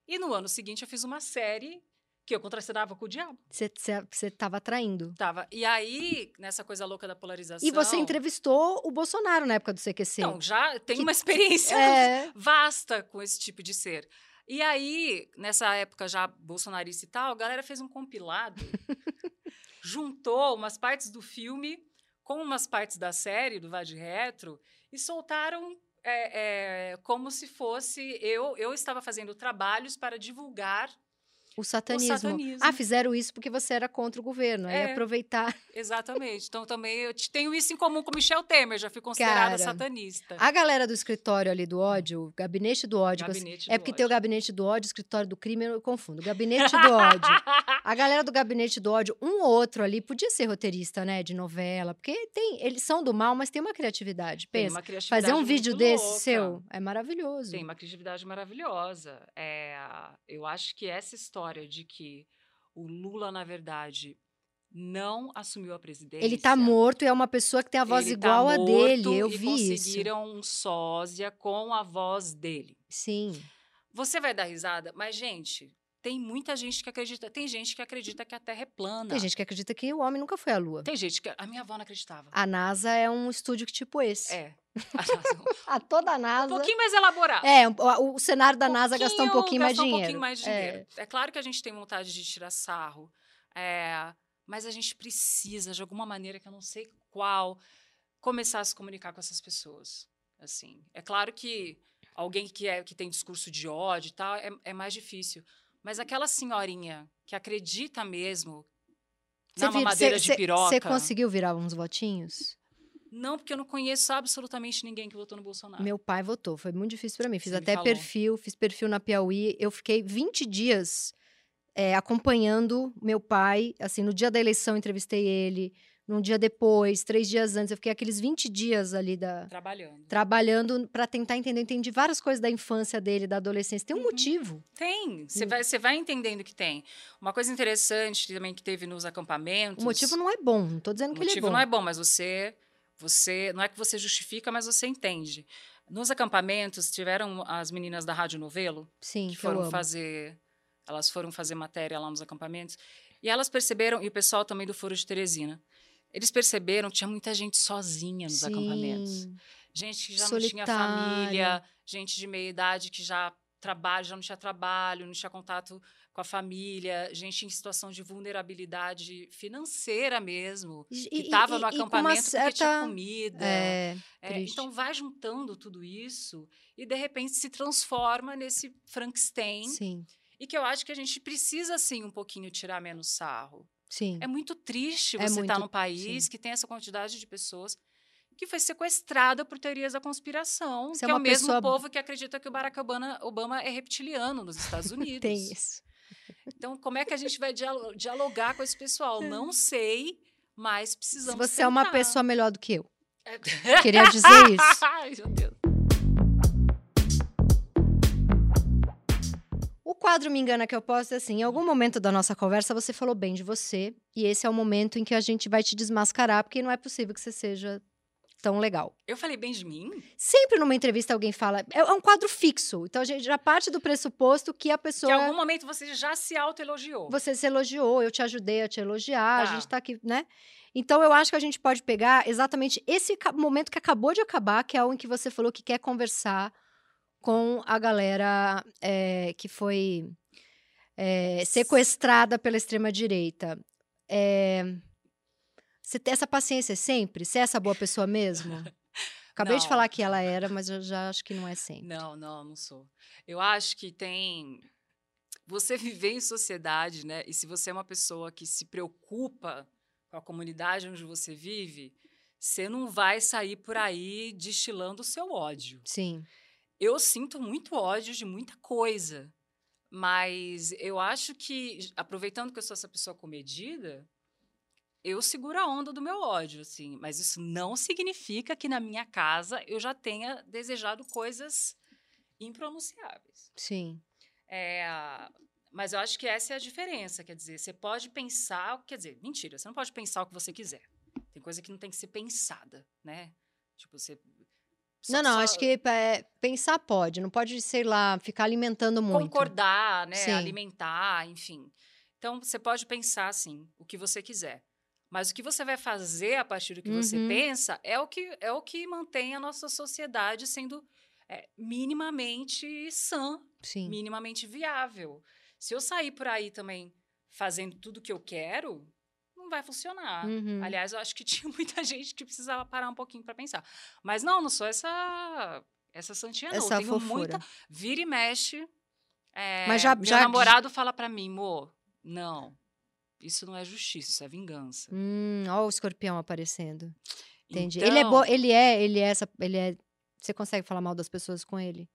e no ano seguinte eu fiz uma série que eu contracenava com o diabo.
Você tava traindo.
Tava. E aí, nessa coisa louca da polarização.
E você entrevistou o Bolsonaro na época do CQC.
Então, já tem uma experiência
é,
vasta com esse tipo de ser. E aí, nessa época já bolsonarista e tal, a galera fez um compilado, juntou umas partes do filme com umas partes da série do Vade Retro e soltaram é, é, como se fosse eu eu estava fazendo trabalhos para divulgar
o satanismo.
o satanismo.
Ah, fizeram isso porque você era contra o governo. Aí
É.
aproveitar.
Exatamente. Então também eu te- tenho isso em comum com Michel Temer, já fui considerada
Cara, Ah,
satanista.
A galera do escritório ali do ódio, o gabinete do ódio. que eu-
Gabinete
é
do
porque tem o
ódio.
gabinete do ódio, escritório do crime, eu confundo. Gabinete do ódio. A galera do gabinete do ódio, um ou outro ali, podia ser roteirista, né? De novela. Porque tem, eles são do mal, mas tem uma criatividade.
Tem
Pensa.
uma criatividade
Fazer um
muito
vídeo desse
louca.
seu é maravilhoso.
Tem uma criatividade maravilhosa. É, a- eu acho que essa história de que o Lula, na verdade, não assumiu a presidência.
Ele tá morto e é uma pessoa que tem a voz
ele tá
igual a dele.
morto
Eu
e
vi isso.
conseguiram um sósia com a voz dele.
Sim.
Você vai dar risada, mas, gente, tem muita gente que acredita. Tem gente que acredita que a Terra é plana.
Tem gente que acredita que o homem nunca foi à lua.
Tem gente que. A minha avó não acreditava.
A NASA é um estúdio que tipo esse.
É. Um
A toda a NASA.
pouquinho mais elaborado.
É, um- o, o cenário da NASA gastou um pouquinho
pouquinho-
mais
gastar um
dinheiro.
pouquinho mais de
É.
dinheiro. É. claro que a gente tem vontade de tirar sarro, é, mas a gente precisa, de alguma maneira, que eu não sei qual, começar a se comunicar com essas pessoas. Assim, é claro que alguém que, é, que tem discurso de ódio e tal é, é mais difícil, mas aquela senhorinha que acredita mesmo na
vir-
mamadeira
cê-
de
cê-
piroca,
Você conseguiu virar uns votinhos?
não, porque eu não conheço absolutamente ninguém que votou no Bolsonaro.
Meu pai votou, foi muito difícil pra mim. Fiz
Você me
até
falou.
perfil, fiz perfil na Piauí. Eu fiquei 20 dias é, acompanhando meu pai. Assim, no dia da eleição entrevistei ele, num dia depois, três dias antes. Eu fiquei aqueles 20 dias ali da,
Trabalhando.
trabalhando pra tentar entender. Eu entendi várias coisas da infância dele, da adolescência.
Uhum.
Tem um motivo.
Tem, você
Hum.
vai, você vai entendendo que tem. Uma coisa interessante também que teve nos acampamentos.
O motivo não é bom, não tô dizendo
o
que ele é
motivo
bom.
não é bom, mas você, você não é que você justifica, mas você entende. Nos acampamentos tiveram as meninas da Rádio Novelo
Sim,
que
que eu
foram
amo.
fazer, elas foram fazer matéria lá nos acampamentos e elas perceberam e o pessoal também do Foro de Teresina. Eles perceberam que tinha muita gente sozinha nos acampamentos
Sim.
gente que já não tinha
Solitária.
família, gente de meia idade que já trabalha, já não tinha trabalho, não tinha contato com a família, gente em situação de vulnerabilidade financeira mesmo,
E-
que
e-
estava
e-
no
e com uma
acampamento porque tinha
certa-
comida.
É,
É,
triste.
então vai juntando tudo isso e de repente se transforma nesse Frankenstein
sim,
e que eu acho que a gente precisa assim um pouquinho tirar menos sarro.
sim.
É muito triste
É
você estar
muito-
num país que tem essa quantidade de pessoas que foi sequestrada por teorias da conspiração,
Isso
que
é
é, o
uma
mesmo
pessoa-
povo que acredita que o Barack Obama, Obama é reptiliano nos Estados Unidos.
Tem isso.
Então, como é que a gente vai dialo- dialogar com esse pessoal? Não sei, mas precisamos
É. Se você é uma
tentar.
pessoa melhor do que eu,
É-
queria dizer isso.
Ai, meu Deus.
O quadro Me Engana Que Eu Posso é assim: em algum momento da nossa conversa você falou bem de você, e esse é o momento em que a gente vai te desmascarar, porque não é possível que você seja tão legal.
Eu falei bem de mim?
Sempre numa entrevista alguém fala. É é um quadro fixo, então a gente já parte do pressuposto que a
Que em
pessoa.
algum momento você já se autoelogiou.
Você se elogiou, eu te ajudei a te elogiar, a
Tá.
gente tá aqui, né? Então eu acho que a gente pode pegar exatamente esse ca- momento que acabou de acabar, que é o em que você falou que quer conversar com a galera é, que foi é, sequestrada pela extrema direita. É, você tem essa paciência sempre? Você é essa boa pessoa mesmo? Acabei de
Não.
falar que ela era, mas eu já acho que não é sempre.
Não, não, não sou. Eu acho que tem. Você viver em sociedade, né? E se você é uma pessoa que se preocupa com a comunidade onde você vive, Você não vai sair por aí destilando o seu ódio.
Sim.
Eu sinto muito ódio de muita coisa. Mas eu acho que, aproveitando que eu sou essa pessoa comedida, eu seguro a onda do meu ódio, assim. Mas isso não significa que na minha casa eu já tenha desejado coisas impronunciáveis.
Sim.
É, mas eu acho que essa é a diferença, quer dizer, você pode pensar, quer dizer, mentira, você não pode pensar o que você quiser. Tem coisa que não tem que ser pensada, né? Tipo, você... só-
não, não,
só-
acho que é, pensar pode, não pode, sei lá, ficar alimentando muito.
concordar, né?
Sim.
Alimentar, enfim. Então, você pode pensar, assim, o que você quiser. Mas o que você vai fazer a partir do que você
Uhum.
pensa é o que, é o que mantém a nossa sociedade sendo é, minimamente sã,
Sim.
minimamente viável. Se eu sair por aí também fazendo tudo o que eu quero, não vai funcionar.
Uhum.
Aliás, eu acho que tinha muita gente que precisava parar um pouquinho para pensar. Mas não, não sou essa essa santinha não. Eu
Essa
tenho
fofura.
muita vira e mexe. é,
Mas já-
meu
já-
namorado fala para mim, amor, não. Isso não é justiça, isso é vingança.
Hum, ó o escorpião aparecendo. Entendi.
Então,
Ele é bo... ele é, ele é essa, ele é você consegue falar mal das pessoas com ele?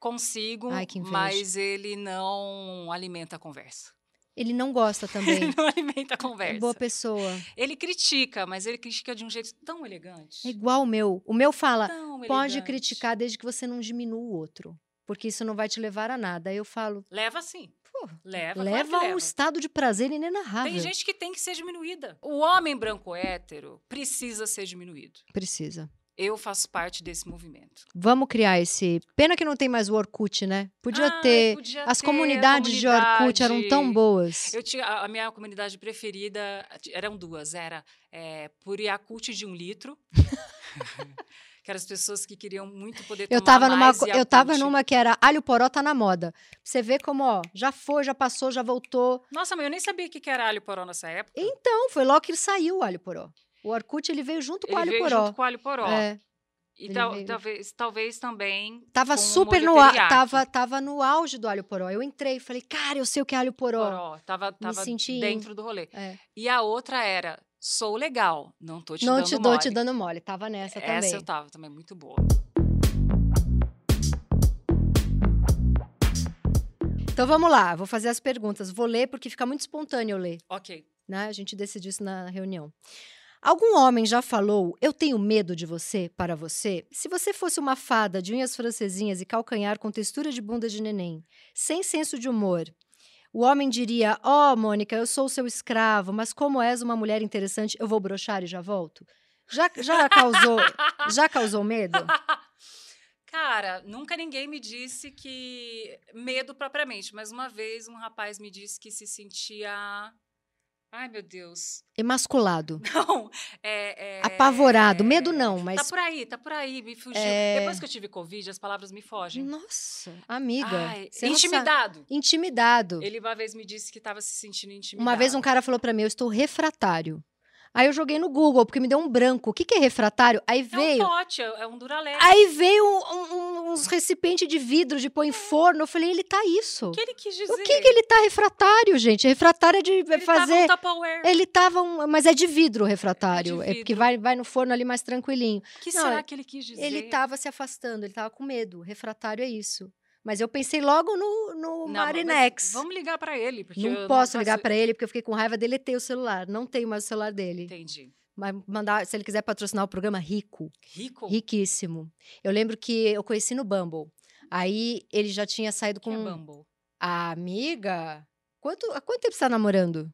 Consigo,
Ai, que inveja.
mas ele não alimenta a conversa.
Ele não gosta também.
Ele não alimenta a
É
conversa.
boa pessoa. É
Ele critica, mas ele critica de um jeito tão elegante.
É igual o meu. O meu fala,
Tão
pode
elegante.
criticar desde que você não diminua o outro, porque isso não vai te levar a nada. Aí eu falo,
Leva sim.
pô,
Leva.
leva,
claro que
a um
leva.
estado de prazer inenarrável.
Tem gente que tem que ser diminuída. O homem branco hétero precisa ser diminuído.
Precisa.
Eu faço parte desse movimento.
Vamos criar esse. Pena que não tem mais o Orkut, né? Podia
Ai,
ter.
podia
As
ter,
comunidades de Orkut eram tão
comunidade.
boas.
Eu tinha, a a minha comunidade preferida eram duas. Era é, Puriacute de um litro. que eram as pessoas que queriam muito poder
Eu
tomar
tava, numa,
mais
co- eu
Yakult.
tava numa que era alho poró tá na moda. Você vê como, ó, já foi, já passou, já voltou.
Nossa, mãe, eu nem sabia o que que era alho poró nessa época.
Então, foi logo que saiu o alho poró. O Orkut, ele veio junto com o
Ele
alho
veio
poró.
junto com alho poró.
É,
e
ele
tal-
veio.
talvez, talvez também
tava
com o
super
molho
no a-
teriyaki.
tava Tava no auge do alho poró. Eu entrei, falei, cara, eu sei o que é alho poró.
Poró, tava, tava
senti
dentro do rolê.
É.
E a outra era, sou legal, não tô te
Não
dando
te dou
mole.
te dando mole. Tava nessa
Essa
também.
eu tava também, muito boa.
Então vamos lá, vou fazer as perguntas. Vou ler porque fica muito espontâneo eu ler.
Ok.
né? A gente decidiu isso na reunião. Algum homem já falou eu tenho medo de você para você? Se você fosse uma fada de unhas francesinhas e calcanhar com textura de bunda de neném, sem senso de humor, o homem diria: Ó, Mônica, eu sou seu escravo, mas como és uma mulher interessante, eu vou brochar e já volto. Já, já causou, já causou medo?
Cara, nunca ninguém me disse que. Medo propriamente, mas uma vez um rapaz me disse que se sentia. Ai, meu Deus.
Emasculado,
Não. é- é-
apavorado, medo não,
Tá
mas
por aí, tá por aí, me fugiu.
É.
Depois que eu tive Covid, as palavras me fogem.
nossa, amiga,
Ai,
você não sabe.
intimidado.
intimidado.
Ele uma vez me disse que estava se sentindo intimidado.
Uma vez um cara falou pra mim, eu estou refratário. Aí eu joguei no Google, porque me deu um branco. O que, que é refratário? Aí
É um
veio.
pote, é é um duralex.
Aí veio um- um- uns recipientes de vidro de pôr em forno. Eu falei, ele tá isso.
O que ele quis dizer?
O que, que ele tá refratário, gente? Refratário é de
Ele tava
fazer.
um Tupperware.
Ele tava um. Mas é de vidro o refratário.
de
É, porque
vidro.
vai, vai no forno ali mais tranquilinho.
O que
Não,
será que ele quis dizer?
Ele tava se afastando, ele tava com medo. Refratário é isso. Mas eu pensei logo no, no
Não,
Marinex.
mas Vamos ligar pra ele, porque eu
Não posso
faço-
ligar pra ele, porque eu fiquei com raiva, deletei o celular. Não tenho mais o celular dele.
Entendi.
Mas mandar, se ele quiser patrocinar o programa, rico,
Rico?
riquíssimo. Eu lembro que eu conheci no Bumble. Aí ele já tinha saído
Que é
com
Bumble.
a amiga. Quanto, há quanto tempo você tá namorando?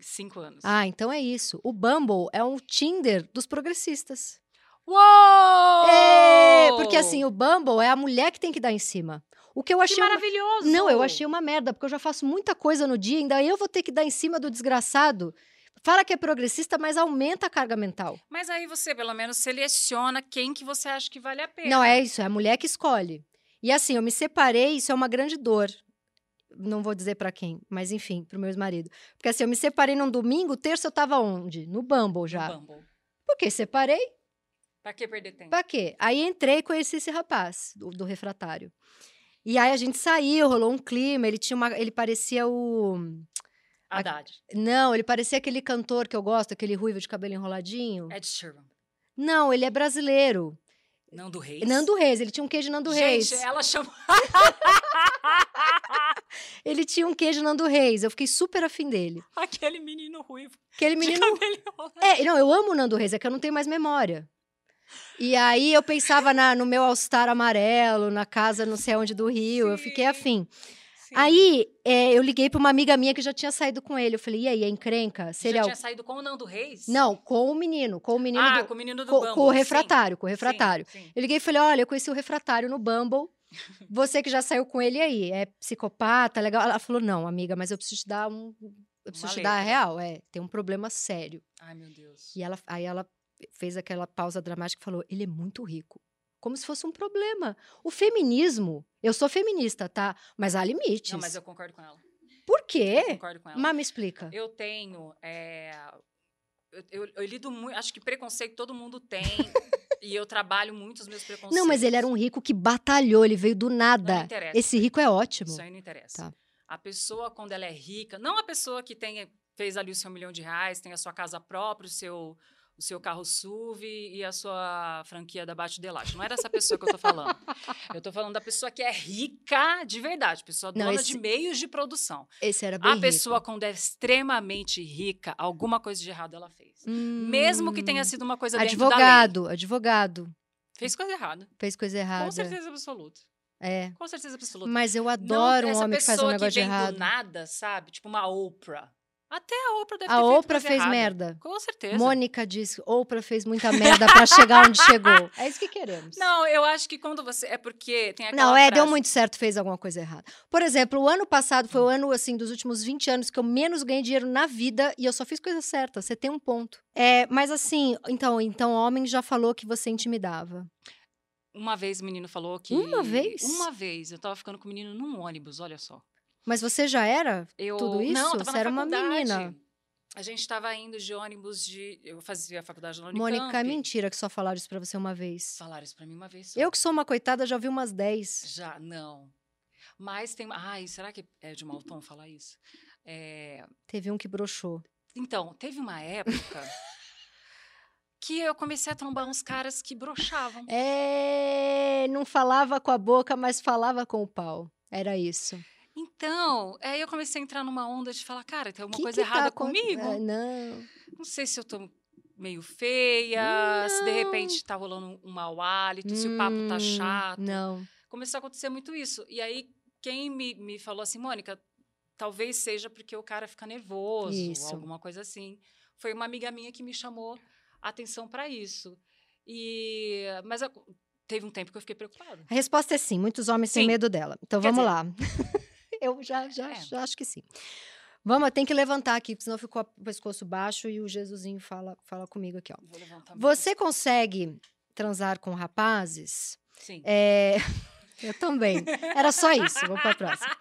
Cinco anos.
Ah, então é isso. O Bumble é um Tinder dos progressistas.
Uou!
É, porque assim, o Bumble é a mulher que tem que dar em cima. O que eu
Que
achei uma-
maravilhoso!
Não, eu achei uma merda, porque eu já faço muita coisa no dia, ainda eu vou ter que dar em cima do desgraçado. Fala que é progressista, mas aumenta a carga mental.
Mas aí você, pelo menos, seleciona quem que você acha que vale a pena.
Não, é isso, é a mulher que escolhe. E assim, eu me separei, isso é uma grande dor. Não vou dizer pra quem, mas enfim, pro meu ex-marido. Porque assim, eu me separei num domingo, terça eu tava onde? No Bumble
No
já.
Bumble.
Porque separei,
Pra que perder tempo?
pra quê? Aí entrei e conheci esse rapaz, do, do refratário. E aí a gente saiu, rolou um clima, ele tinha uma. Ele parecia o.
Haddad. É.
Não, ele parecia aquele cantor que eu gosto, aquele ruivo de cabelo enroladinho.
Ed Sheeran.
Não, ele é brasileiro.
Nando Reis.
Nando Reis, ele tinha um queijo Nando Reis.
Gente, é ela chama.
Ele tinha um queijo Nando Reis, eu fiquei super afim dele.
Aquele menino ruivo.
Aquele
De
menino.
cabelo enrolado.
É, não, eu amo o Nando Reis, é que eu não tenho mais memória. E aí eu pensava na- no meu All-Star amarelo, na casa não sei onde do Rio, eu fiquei
Sim.
afim.
Sim.
Aí é, eu liguei pra uma amiga minha que já tinha saído com ele. Eu falei, e aí, é encrenca?
Você
Seria.
Já tinha saído com o Nando Reis?
Não, com o menino, com o menino
ah,
do.
com o menino do
co-
Bumble.
com o
sim,
refratário, com o refratário.
sim, sim.
Eu liguei e falei: olha, eu conheci o refratário no Bumble. Você que já saiu com ele e aí, é psicopata, legal. Ela falou: não, amiga, mas eu preciso te dar um. Eu preciso te dar a
letra.
real, é. Tem um problema sério.
Ai, meu Deus.
E ela, aí ela fez aquela pausa dramática e falou: ele é muito rico. Como se fosse um problema. O feminismo, eu sou feminista, tá? Mas há limites.
Não, mas eu concordo com ela.
Por
Eu
quê?
concordo com ela.
Má, me explica.
Eu tenho. é, Eu, eu- eu lido muito. Acho que preconceito todo mundo tem. e eu trabalho muito os meus preconceitos.
Não, mas ele era um rico que batalhou, ele veio do
Não me
nada.
interessa.
Esse rico é ótimo.
Isso aí não interessa.
Tá.
A pessoa, quando ela é rica, não a pessoa que tem, fez ali o seu milhão de reais, tem a sua casa própria, o seu, o seu carro SUV e a sua franquia da Bate Delate. Não era essa pessoa que eu tô falando. eu tô falando da pessoa que é rica de verdade, pessoa
Não,
dona
esse-
de meios de produção.
Esse era bem
A
rico.
pessoa, quando é extremamente rica, alguma coisa de errado ela fez.
Hum,
Mesmo que tenha sido uma coisa dentro da lei.
Advogado, advogado.
Fez coisa errada.
Fez coisa errada.
Com certeza absoluta.
É.
Com certeza absoluta.
Mas eu
Não
adoro um
essa
homem que faz um
pessoa
negócio
que vem
de errado.
do nada, sabe? Tipo uma Oprah. Até a Oprah deve
A
ter feito
Oprah
coisa
fez
errada.
merda.
Com certeza.
Mônica disse, Oprah fez muita merda pra chegar onde chegou. É isso que queremos.
Não, eu acho que quando você... É porque tem aquela
Não, é, deu
frase-
muito certo, fez alguma coisa errada. Por exemplo, o ano passado foi o ano, assim, dos últimos 20 anos que eu menos ganhei dinheiro na vida e eu só fiz coisa certa. Você tem um ponto. É, mas assim, então, então o homem já falou que você intimidava.
Uma vez o menino falou que...
Uma vez?
Uma vez. Eu tava ficando com o menino num ônibus, olha só.
Mas você já era?
Eu...
Tudo isso?
Não, eu tava
Você
na
era uma
faculdade.
menina.
A gente tava indo de ônibus de... Eu fazia a faculdade na Unicamp.
Mônica, é mentira que só falaram isso pra você uma vez.
Falaram isso pra mim uma vez só.
Eu que sou uma coitada já vi umas 10.
Já, não. Mas tem... Ai, será que é de mau tom falar isso? É...
Teve um que broxou.
Então, teve uma época que eu comecei a trombar uns caras que broxavam.
É, não falava com a boca, mas falava com o pau. Era isso.
Então, aí eu comecei a entrar numa onda de falar, cara, tem alguma
Que
coisa
que tá
errada
acon-
comigo?
É, não.
Não sei se eu tô meio feia, se de repente tá rolando um mau hálito, se o papo tá
Hum,
chato.
Não.
Começou a acontecer muito isso. E aí, quem me, me falou assim, Mônica, talvez seja porque o cara fica nervoso,
Isso.
alguma coisa assim. Foi uma amiga minha que me chamou a atenção para isso. E mas eu- teve um tempo que eu fiquei preocupada.
A resposta é sim. Muitos homens têm
Sim.
medo dela. Então
Quer
vamos lá. eu já, já,
É.
já acho que sim. Vamos, tem que levantar aqui, porque senão ficou o pescoço baixo e o Jesusinho fala, fala comigo aqui, ó.
Vou levantar meu
Você consegue transar com rapazes?
pulso. Sim.
É, Eu também. Era só isso. Vamos para a próxima.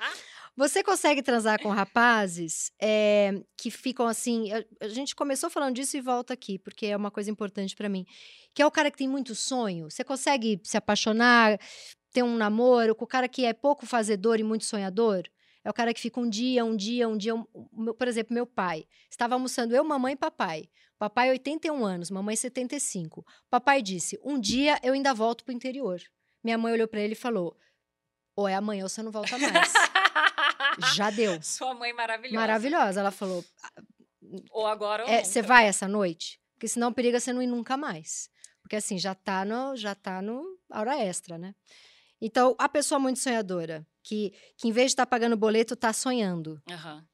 Você consegue transar com rapazes é, que ficam assim. A, a gente começou falando disso e volta aqui, porque é uma coisa importante para mim. Que é o cara que tem muito sonho. Você consegue se apaixonar, ter um namoro com o cara que é pouco fazedor e muito sonhador? É o cara que fica um dia, um dia, um dia. um- o meu- por exemplo, meu pai. Estava almoçando eu, mamãe e papai. Papai, 81 anos, mamãe, 75. Papai disse: Um dia eu ainda volto pro interior. Minha mãe olhou para ele e falou: Ou é amanhã ou você não volta mais. Já deu.
Sua mãe é maravilhosa.
Maravilhosa. Ela falou: "É,
Ou agora ou
Você
nunca.
vai essa noite? Porque senão periga você não ir nunca mais. Porque assim, já tá no, já tá no a hora extra, né? Então, a pessoa muito sonhadora, que, que em vez de estar pagando boleto, tá sonhando.
Aham.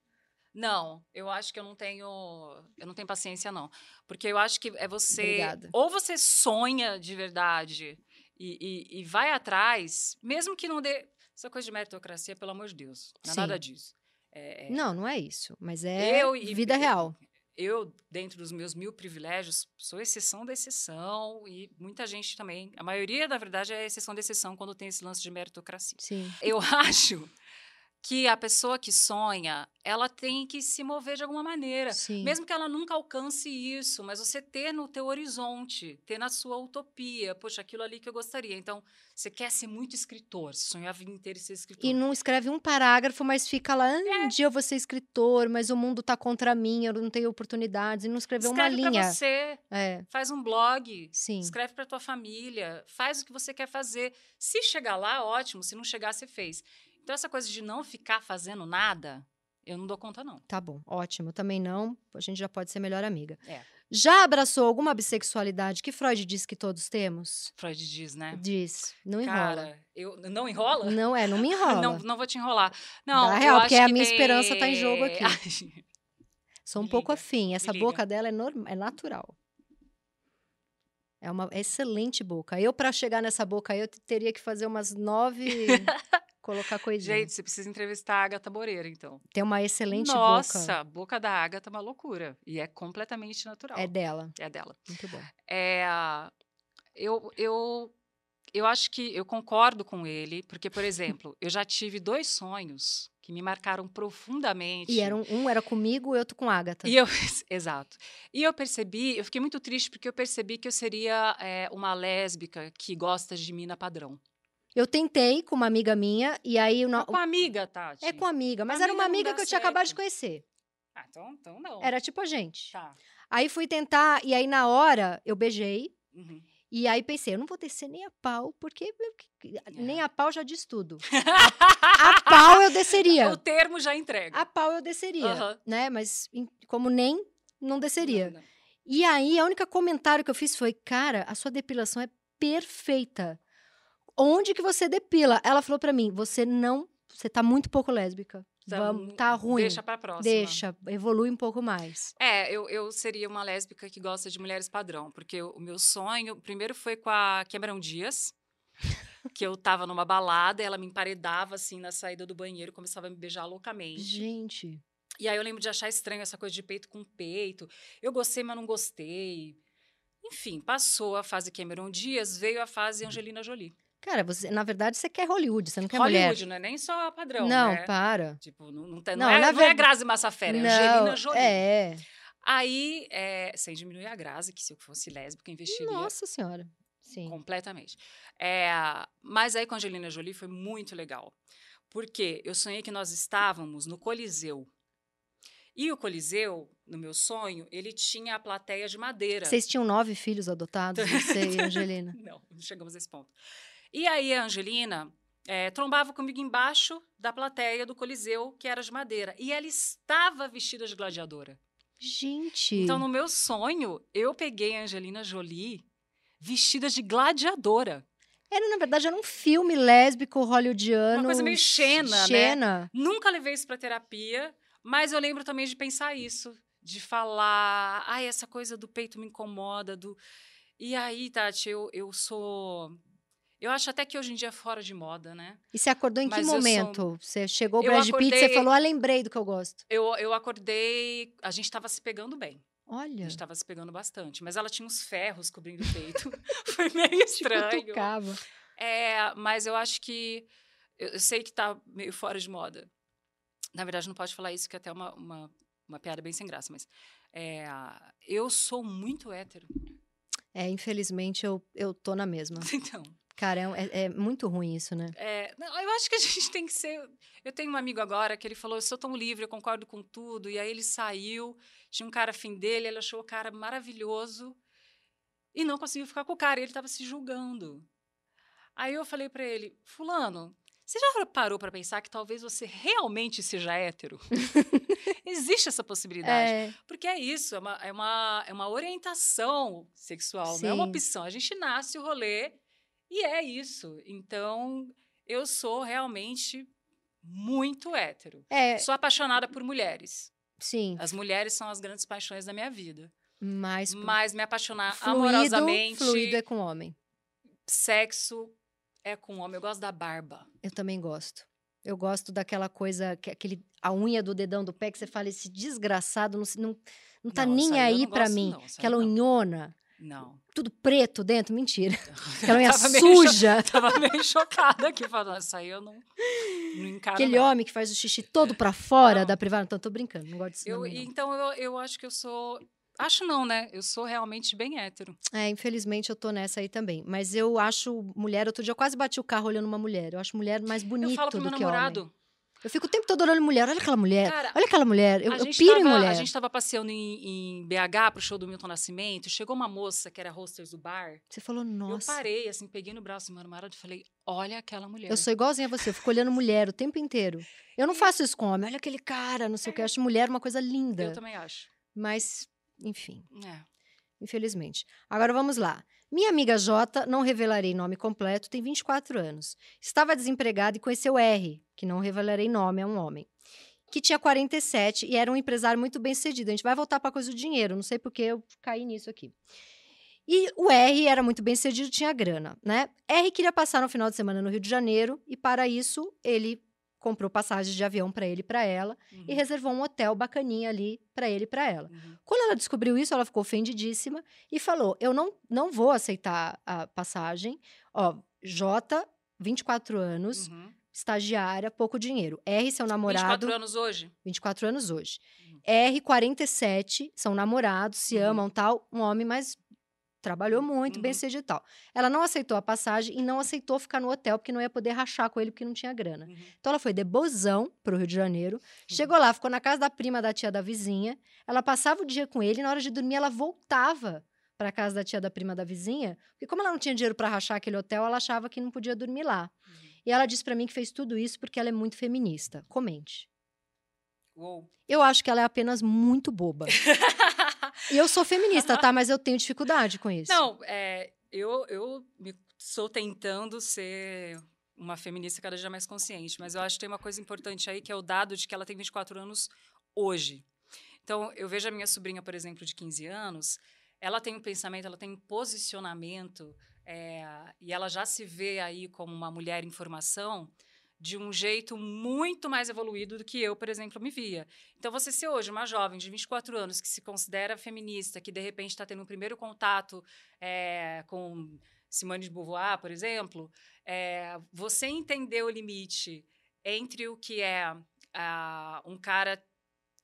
Não, eu acho que eu não tenho, eu não tenho paciência não, porque eu acho que é você
Obrigada.
ou você sonha de verdade e, e- e vai atrás, mesmo que não dê essa coisa de meritocracia, pelo amor de Deus, não é
Sim.
nada disso. É, é,
Não, não é isso. Mas é
Eu e-
vida real.
eu dentro dos meus mil privilégios sou exceção da exceção e muita gente também, a maioria da verdade é exceção da exceção quando tem esse lance de meritocracia.
Sim.
Eu acho que a pessoa que sonha, ela tem que se mover de alguma maneira.
Sim.
Mesmo que ela nunca alcance isso, mas você ter no teu horizonte, ter na sua utopia, poxa, aquilo ali que eu gostaria. Então, você quer ser muito escritor, você sonhar a vida inteira em ser escritor.
E não escreve um parágrafo, mas fica lá,
É.
"Ah, um dia eu vou ser escritor, mas o mundo tá contra mim, eu não tenho oportunidades, e não escreveu uma
Escreve
linha.
pra você,
É,
faz um blog,
sim.
Escreve para tua família, faz o que você quer fazer. Se chegar lá, ótimo. Se não chegar, você fez. Então, essa coisa de não ficar fazendo nada, eu não dou conta, não.
Tá bom, ótimo. Também não, a gente já pode ser melhor amiga.
É.
Já abraçou alguma bissexualidade que Freud diz que todos temos?
Freud diz, né?
Diz, não enrola.
Cara, eu, não enrola?
Não é, não me enrola.
Não, não vou te enrolar. Não,
Dá
eu
real,
acho
porque a
que
minha
tem-
esperança tá em jogo aqui.
Ai,
Sou um
Me
pouco
liga,
afim. Essa
liga.
boca dela é, norma- é natural. É uma excelente boca. Eu, pra chegar nessa boca aí, eu te- teria que fazer umas nove. colocar coisinha.
Gente, você precisa entrevistar a Agatha Moreira, então.
Tem uma Hum. excelente
Nossa, a boca da Agatha é uma loucura. E é completamente natural.
boca. É dela.
é dela.
Muito bom.
É, eu, eu, eu acho que eu concordo com ele, porque, por exemplo, eu já tive dois sonhos que me marcaram profundamente.
E era um, um era comigo e outro com a Agatha.
E eu, exato. E eu percebi, eu fiquei muito triste porque eu percebi que eu seria é, uma lésbica que gosta de mina padrão.
Eu tentei com uma amiga minha, e aí. o no-
É com a amiga, Tati.
É com amiga, mas
Com
era uma
amiga
amiga
não dá
que eu tinha acabado de
certo.
conhecer.
Ah, então, então não.
Era tipo a gente.
Tá.
Aí fui tentar, e aí na hora eu beijei.
Uhum.
E aí pensei, eu não vou descer nem a pau, porque
É.
nem a pau já diz tudo. A pau eu desceria.
o termo já entrega.
A pau eu desceria,
Aham.
né? Mas em- como nem, não desceria.
Não, não.
E aí, a única comentário que eu fiz foi, cara, a sua depilação é perfeita. Onde que você depila? Ela falou pra mim, você não, você tá muito pouco lésbica.
Tá
Vamos,
mu-
tá ruim.
Deixa pra próxima.
Deixa, evolui um pouco mais.
É, eu, eu seria uma lésbica que gosta de mulheres padrão, porque o meu sonho, primeiro foi com a Cameron Dias, que eu tava numa balada, ela me emparedava assim na saída do banheiro, começava a me beijar loucamente.
Gente,
E aí eu lembro de achar estranho essa coisa de peito com peito. Eu gostei, mas não gostei. Enfim, passou a fase Cameron Dias, veio a fase Angelina Jolie.
cara, você, na verdade você quer Hollywood, você não quer
Hollywood,
mulher.
não é nem só padrão,
não,
né?
para.
Tipo, não, não, tem-
Não,
não é,
na
não é
verdade-
Grazi Massafera, é
não,
Angelina Jolie.
é.
Aí, é, sem diminuir a Grazi, que se eu fosse lésbica, eu investiria
Nossa senhora. Sim.
completamente. É, mas aí com a Angelina Jolie foi muito legal. Porque eu sonhei que nós estávamos no Coliseu. E o Coliseu, no meu sonho, ele tinha a plateia de madeira.
Vocês tinham nove filhos adotados, você e a Angelina.
Não, não chegamos a esse ponto. E aí a Angelina é, trombava comigo embaixo da plateia do Coliseu, que era de madeira. E ela estava vestida de gladiadora.
Gente.
Então, no meu sonho, eu peguei a Angelina Jolie vestida de gladiadora.
Era, na verdade, era um filme lésbico hollywoodiano.
Uma coisa meio Xena, né?
Xena.
Nunca levei isso para terapia, mas eu lembro também de pensar isso, de falar, ai, essa coisa do peito me incomoda, do E aí, Tati, eu, eu sou eu acho até que hoje em dia é fora de moda, né?
E você acordou em que
Mas eu sou-
momento? Você chegou o
Eu
Brad Pitt e você
acordei-
falou, ah, lembrei do que eu gosto.
Eu, eu acordei, a gente tava se pegando bem.
Olha,
A gente tava se pegando bastante, mas ela tinha uns ferros cobrindo o peito. Foi meio
te
estranho.
cutucava.
É, mas eu acho que. Eu, eu sei que tá meio fora de moda. Na verdade, não pode falar isso, que é até uma, uma, uma piada bem sem graça, mas. é, eu sou muito hétero.
É, infelizmente, eu, eu tô na mesma.
Então.
Cara, é, é muito ruim isso, né?
é, não, eu acho que a gente tem que ser. Eu tenho um amigo agora que ele falou: eu sou tão livre, eu concordo com tudo. E aí ele saiu, tinha um cara afim dele, ele achou o cara maravilhoso e não conseguiu ficar com o cara. e Ele tava se julgando. Aí eu falei pra ele: Fulano, você já parou pra pensar que talvez você realmente seja hétero? Existe essa possibilidade.
É,
Porque é isso, é uma, é uma, é uma orientação sexual, não é uma
Sim.
opção. A gente nasce o rolê e é isso. Então, eu sou realmente muito hétero.
é,
Sou apaixonada por mulheres.
sim.
As mulheres são as grandes paixões da minha vida.
Mas,
Mas me apaixonar
fluido,
amorosamente,
fluido é com homem.
sexo é com homem. Eu gosto da barba.
Eu também gosto. Eu gosto daquela coisa, que, aquele, a unha do dedão do pé, que você fala, esse desgraçado não, se- não, não tá
Não, isso
nem
aí eu
aí
não
pra
gosto,
mim.
não, isso aí
aquela
não.
unhona.
Não.
tudo preto dentro? Mentira. Aquela unha
Tava meio cho-
suja.
Tava meio chocada aqui falando, isso aí eu não. Não encara
Aquele
nada.
homem que faz o xixi todo pra fora
Não.
da privada. Então, tô brincando, não gosto disso.
Eu,
nome, não.
então, eu, eu acho que eu sou... Acho não, né? Eu sou realmente bem hétero.
É, infelizmente eu tô nessa aí também. Mas eu acho mulher, outro dia eu quase bati o carro olhando uma mulher. Eu acho mulher mais bonita
eu falo pro
do
meu
que é
namorado...
homem. Eu fico o tempo todo olhando mulher. Olha aquela mulher.
Cara,
olha aquela mulher. Eu,
a,
eu
gente
piro em
tava-
mulher.
a gente tava passeando em, em BH pro show do Milton Nascimento, chegou uma moça que era hostess do bar.
Você falou,
Eu
nossa.
parei, assim, peguei no braço do meu namorado e falei, olha aquela mulher.
Eu sou igualzinha a você, eu fico olhando mulher o tempo inteiro. Eu não faço isso com homem. Olha aquele cara, não sei o que. Eu acho mulher uma coisa linda.
É. Eu também acho.
Mas, enfim,
É.
infelizmente. Agora vamos lá. Minha amiga Jota, não revelarei nome completo, tem 24 anos. Estava desempregada e conheceu R, que não revelarei nome, é um homem. Que tinha 47 e era um empresário muito bem sucedido. A gente vai voltar para coisa do dinheiro, não sei porque eu caí nisso aqui. E o R era muito bem sucedido, tinha grana, né? R queria passar no final de semana no Rio de Janeiro e, para isso, ele comprou passagens de avião para ele e para ela
Uhum.
e reservou um hotel bacaninha ali para ele e para ela.
Uhum.
Quando ela descobriu isso, ela ficou ofendidíssima e falou: Eu não, não vou aceitar a passagem. Ó, J, 24 anos,
Uhum.
estagiária, pouco dinheiro. R, seu namorado,
24
24 anos,
anos hoje?
hoje.
Uhum.
R, 47, são namorados, se
Uhum.
amam tal. Um homem, mas trabalhou muito, bem
Uhum.
sucedido e tal. Ela não aceitou a passagem e não aceitou ficar no hotel, porque não ia poder rachar com ele, porque não tinha grana.
Uhum.
Então ela foi de bozão pro Rio de Janeiro. Chegou lá, ficou na casa da prima da tia da vizinha. Ela passava o dia com ele e na hora de dormir ela voltava pra casa da tia da prima da vizinha, porque como ela não tinha dinheiro pra rachar aquele hotel, ela achava que não podia dormir lá.
Uhum.
E ela disse pra mim que fez tudo isso porque ela é muito feminista. Comente.
Uou.
Eu acho que ela é apenas muito boba. e eu sou feminista, tá? Mas eu tenho dificuldade com isso.
Não, é, eu, eu me sou tentando ser uma feminista cada dia mais consciente, mas eu acho que tem uma coisa importante aí, que é o dado de que ela tem 24 anos hoje. Então, eu vejo a minha sobrinha, por exemplo, de 15 anos, ela tem um pensamento, ela tem um posicionamento, é, e ela já se vê aí como uma mulher em formação de um jeito muito mais evoluído do que eu, por exemplo, me via. Então, você ser hoje uma jovem de 24 anos que se considera feminista, que de repente está tendo um primeiro contato eh, com Simone de Beauvoir, por exemplo, eh, você entender o limite entre o que é ah, um cara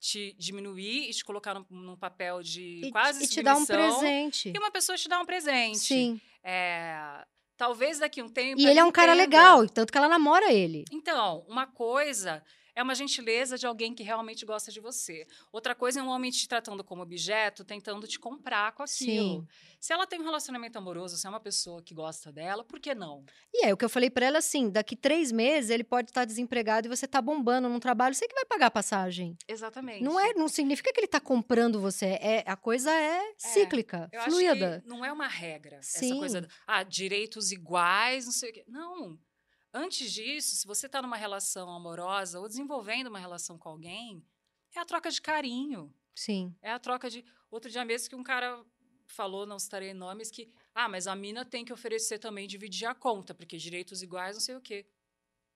te diminuir e te colocar num, num papel de
E,
quase
e te dar um
submissão,
presente.
E uma pessoa te dar um presente.
Sim.
Eh, talvez daqui a um tempo.
E ele é um cara
entenda.
legal, tanto que ela namora ele.
Então, uma coisa é uma gentileza de alguém que realmente gosta de você. Outra coisa é um homem te tratando como objeto, tentando te comprar com aquilo.
Sim.
Se ela tem um relacionamento amoroso, se é uma pessoa que gosta dela, por que não?
E é o que eu falei pra ela assim: daqui três meses ele pode estar desempregado e você tá bombando num trabalho, você que vai pagar a passagem.
Exatamente.
Não é, não significa que ele tá comprando você. É a coisa é cíclica,
Eu
fluida.
acho que não é uma regra
Sim.
essa coisa. do- Ah, direitos iguais, não sei o quê. Não. Antes disso, se você está numa relação amorosa ou desenvolvendo uma relação com alguém, é a troca de carinho.
Sim.
É a troca de. Outro dia mesmo que um cara falou, não citarei nomes, que. Ah, mas a mina tem que oferecer também dividir a conta, porque direitos iguais, não sei o quê.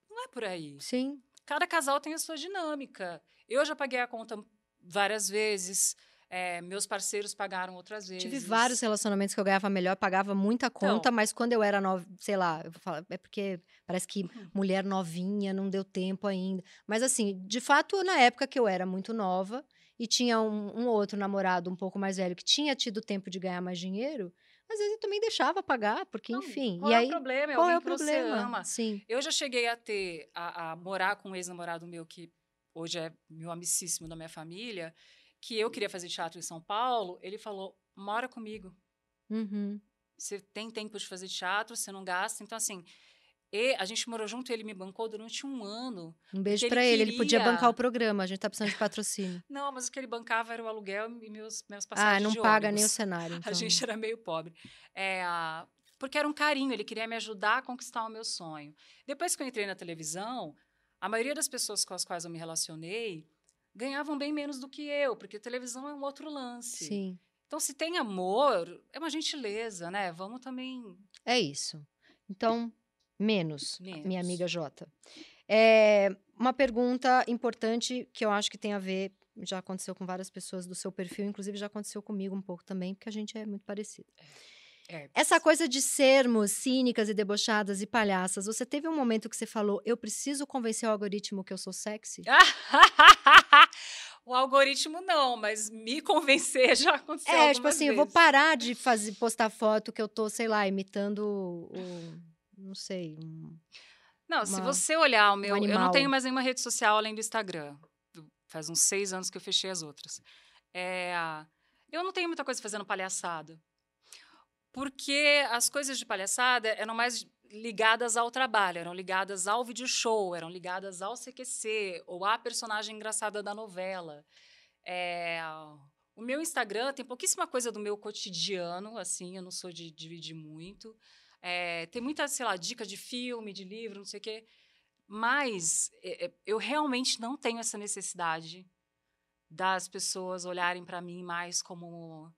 Não é por aí.
Sim.
Cada casal tem a sua dinâmica. Eu já paguei a conta várias vezes, eh, meus parceiros pagaram outras vezes.
Tive vários relacionamentos que eu ganhava melhor, pagava muita conta,
Então.
mas quando eu era nova, sei lá, eu falo, é porque parece que
Uhum.
mulher novinha não deu tempo ainda. Mas assim, de fato, na época que eu era muito nova e tinha um, um outro namorado um pouco mais velho que tinha tido tempo de ganhar mais dinheiro, às vezes eu também deixava pagar, porque
Não,
enfim.
Qual
e
é
aí,
o problema? É
qual
alguém
é o
que você ama.
problema? Sim.
Eu já cheguei a ter, a, a morar com um ex-namorado meu, que hoje é meu amicíssimo da minha família, que eu queria fazer teatro em São Paulo. Ele falou: mora comigo.
Uhum.
Você tem tempo de fazer teatro, você não gasta. Então, assim, e a gente morou junto, ele me bancou durante um ano.
Um beijo
ele
pra ele. Ele podia
queria-
bancar o programa. A gente tá precisando de patrocínio.
Não, mas o que ele bancava era o aluguel e meus, meus passagens.
ah, não
de
paga nem o
ônibus.
cenário. Então.
A gente era meio pobre. É, a- porque era um carinho, ele queria me ajudar a conquistar o meu sonho. Depois que eu entrei na televisão, a maioria das pessoas com as quais eu me relacionei ganhavam bem menos do que eu, porque televisão é um outro lance.
Sim.
Então, se tem amor, é uma gentileza, né? Vamos também.
É isso. Então, menos,
Menos.
minha amiga Jota. É, uma pergunta importante que eu acho que tem a ver. Já aconteceu com várias pessoas do seu perfil, inclusive já aconteceu comigo um pouco também, porque a gente é muito parecida.
É,
Essa coisa de sermos cínicas e debochadas e palhaças, você teve um momento que você falou, eu preciso convencer o algoritmo que eu sou sexy?
o Um algoritmo não, mas me convencer já aconteceu.
É, tipo
algumas
assim, eu vou
vezes.
parar de fazer, postar foto que eu tô, sei lá, imitando o- o. Não sei. um-
Não, se
uma- um
você olhar o meu. eu
animal.
não tenho mais nenhuma rede social além do Instagram. Do- Faz uns seis anos que eu fechei as outras. É, eu não tenho muita coisa fazendo palhaçada. Porque as coisas de palhaçada eram mais ligadas ao trabalho, eram ligadas ao video show, eram ligadas ao CQC ou à personagem engraçada da novela. É, o meu Instagram tem pouquíssima coisa do meu cotidiano, assim, eu não sou de dividir muito. É, tem muita, sei lá, dica de filme, de livro, não sei o quê. Mas é, é, eu realmente não tenho essa necessidade das pessoas olharem para mim mais como.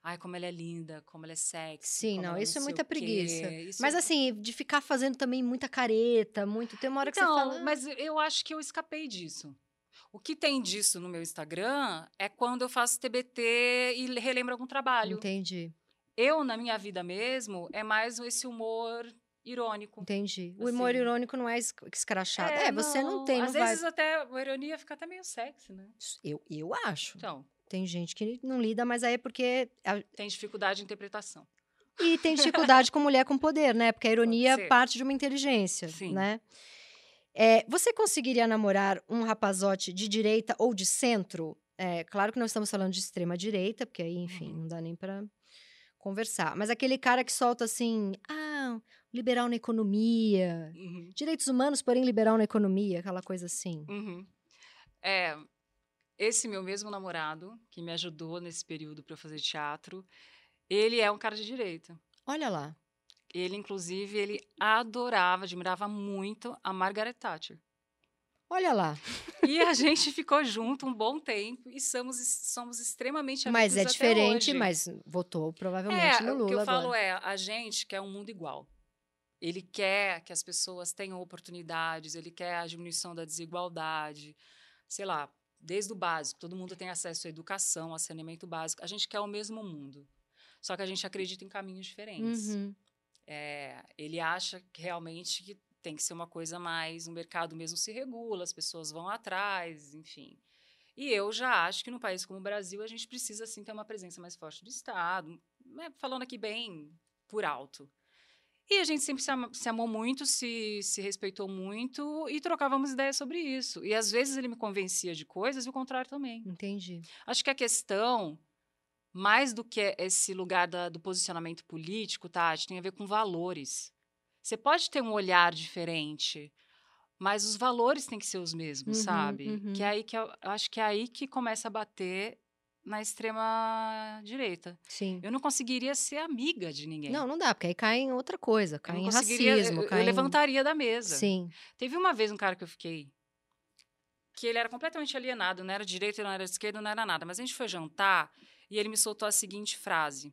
Ai, como ela é linda, como ela é sexy.
Sim,
como
não,
ela
isso é
sei
muita
o quê,
preguiça.
isso
Mas
é-
assim, de ficar fazendo também muita careta, muito. Tem uma hora que
então,
você fala.
mas eu acho que eu escapei disso. O que tem disso no meu Instagram é quando eu faço TBT e le- relembro algum trabalho.
Entendi,
Eu, na minha vida mesmo, é mais esse humor irônico.
entendi. O
Assim-
humor irônico não é es- escrachado. É, você não tem, não
Às
vai.
vezes até a ironia fica até meio sexy, né?
Eu, eu acho.
Então,
Tem gente que não lida, mas aí é porque. a-
tem dificuldade de interpretação.
E tem dificuldade com mulher com poder, né? Porque a ironia
ser.
parte de uma inteligência,
Sim.
né? É, você conseguiria namorar um rapazote de direita ou de centro? É, claro que não estamos falando de extrema direita, porque aí, enfim,
Uhum.
não dá nem pra conversar. Mas aquele cara que solta assim, ah, liberal na economia,
Uhum.
direitos humanos, porém liberal na economia, aquela coisa assim.
Uhum. É, esse meu mesmo namorado, que me ajudou nesse período para eu fazer teatro, ele é um cara de direita.
Olha lá.
Ele, inclusive, ele adorava, admirava muito a Margaret Thatcher.
Olha lá,
E a gente ficou junto um bom tempo e somos, somos extremamente amigos
mas é
até
diferente,
hoje.
mas votou provavelmente
É,
no Lula
o que eu
agora.
falo é, a gente quer um mundo igual. Ele quer que as pessoas tenham oportunidades, ele quer a diminuição da desigualdade, sei lá, desde o básico, todo mundo tem acesso à educação, a saneamento básico. A gente quer o mesmo mundo. Só que a gente acredita em caminhos diferentes.
Uhum.
É, ele acha que realmente que tem que ser uma coisa mais, o mercado mesmo se regula, as pessoas vão atrás, enfim. E eu já acho que num país como o Brasil a gente precisa sim ter uma presença mais forte do Estado, né, falando aqui bem por alto. E a gente sempre se ama- se amou muito, se, se respeitou muito e trocávamos ideias sobre isso. E às vezes ele me convencia de coisas e o contrário também.
Entendi.
Acho que a questão, mais do que esse lugar da- do posicionamento político, Tati, tem a ver com valores. Você pode ter um olhar diferente, mas os valores têm que ser os mesmos,
Uhum,
sabe?
uhum.
Que é aí que eu, eu acho que é aí que começa a bater na extrema direita.
Sim.
Eu não conseguiria ser amiga de ninguém.
Não, não dá, porque aí cai em outra coisa,
eu
cai
não
em
conseguiria.
racismo,
eu, eu
cai em...
levantaria da mesa.
Sim,
Teve uma vez um cara que eu fiquei que ele era completamente alienado, não era direito, não era esquerda, não era nada. Mas a gente foi jantar e ele me soltou a seguinte frase: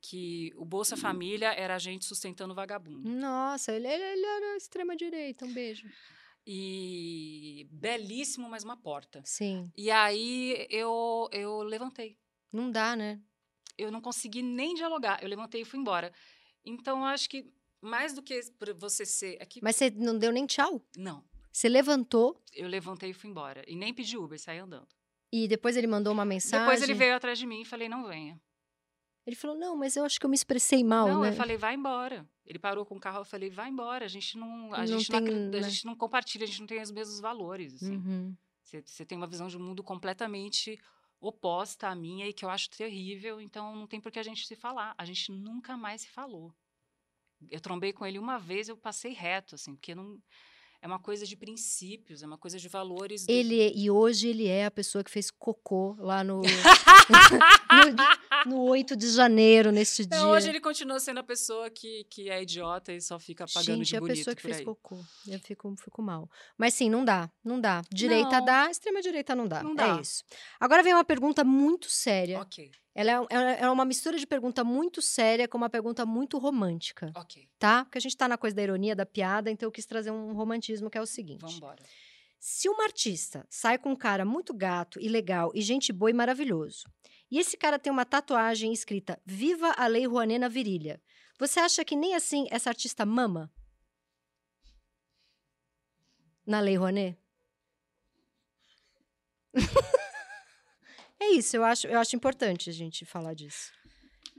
que o Bolsa Família era a gente sustentando vagabundo.
nossa, ele, ele, ele era extrema direita, um beijo.
E belíssimo, mas uma porta.
Sim,
E aí eu, eu levantei.
não dá, né?
Eu não consegui nem dialogar. Eu levantei e fui embora. Então eu acho que mais do que por você ser aqui.
Mas você não deu nem tchau,
Não,
você levantou
eu levantei e fui embora. E nem pedi Uber, saí andando.
e depois ele mandou uma mensagem.
Depois ele veio atrás de mim e falei: não venha.
Ele falou, não, mas eu acho que eu me expressei mal,
Não,
né?
eu falei, vai embora. Ele parou com o carro, eu falei, vai embora. A gente não, a
Não
gente não,
tem,
acre- a
né?
gente não compartilha, a gente não tem os mesmos valores. assim.
Uhum.
Você você tem uma visão de um mundo completamente oposta à minha e que eu acho terrível. Então não tem por que a gente se falar. A gente nunca mais se falou. Eu trombei com ele uma vez, eu passei reto, assim, porque não é uma coisa de princípios, é uma coisa de valores. do-
Ele, e hoje ele é a pessoa que fez cocô lá no, no, no 8 de janeiro, neste
Não,
dia.
hoje ele continua sendo a pessoa que, que é idiota e só fica pagando
Gente,
de
é a
bonito
pessoa que
por
fez
aí.
cocô. Eu fico, fico mal. Mas sim, não dá. Não dá. Direita
Não.
dá, extrema direita não dá.
Não
é
dá.
isso. Agora vem uma pergunta muito séria.
Ok,
Ela é, um- ela é uma mistura de pergunta muito séria com uma pergunta muito romântica,
ok.
tá? Porque a gente tá na coisa da ironia, da piada, então eu quis trazer um romantismo que é o seguinte.
Vamos embora.
Se uma artista sai com um cara muito gato e legal e gente boa e maravilhoso, E esse cara tem uma tatuagem escrita Viva a Lei Rouanet na virilha. Você acha que nem assim essa artista mama? Na Lei Rouanet? é isso, eu acho, eu acho importante a gente falar disso.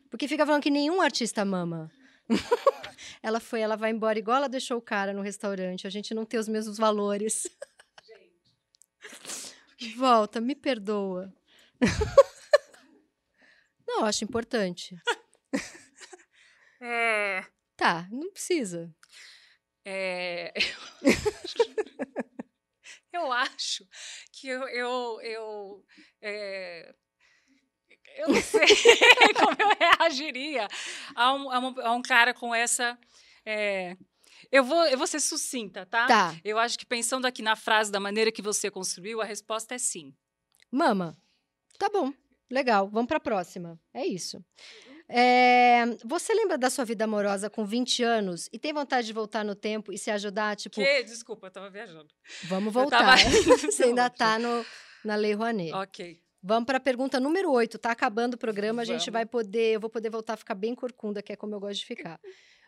Porque fica falando que nenhum artista mama. ela foi, ela vai embora igual ela deixou o cara no restaurante. A gente não tem os mesmos valores. Volta, me perdoa. não, eu acho importante.
É.
Tá, não precisa.
É, eu, eu acho que eu. Eu, eu, é, eu não sei como eu reagiria a um, a um, a um cara com essa. é, eu vou, eu vou ser sucinta, tá?
Tá,
Eu acho que pensando aqui na frase da maneira que você construiu, a resposta é sim.
mama. Tá bom, legal, vamos pra próxima. É isso. É, você lembra da sua vida amorosa com 20 anos e tem vontade de voltar no tempo e se ajudar? Tipo,
Que? Desculpa, eu tava viajando.
vamos
Eu
voltar.
tava-
Você ainda tá no, na Lei Rouanet.
Ok.
Vamos para a pergunta número 8. Tá acabando o programa, a gente
Vamos.
vai poder, eu vou poder voltar a ficar bem corcunda, que é como eu gosto de ficar.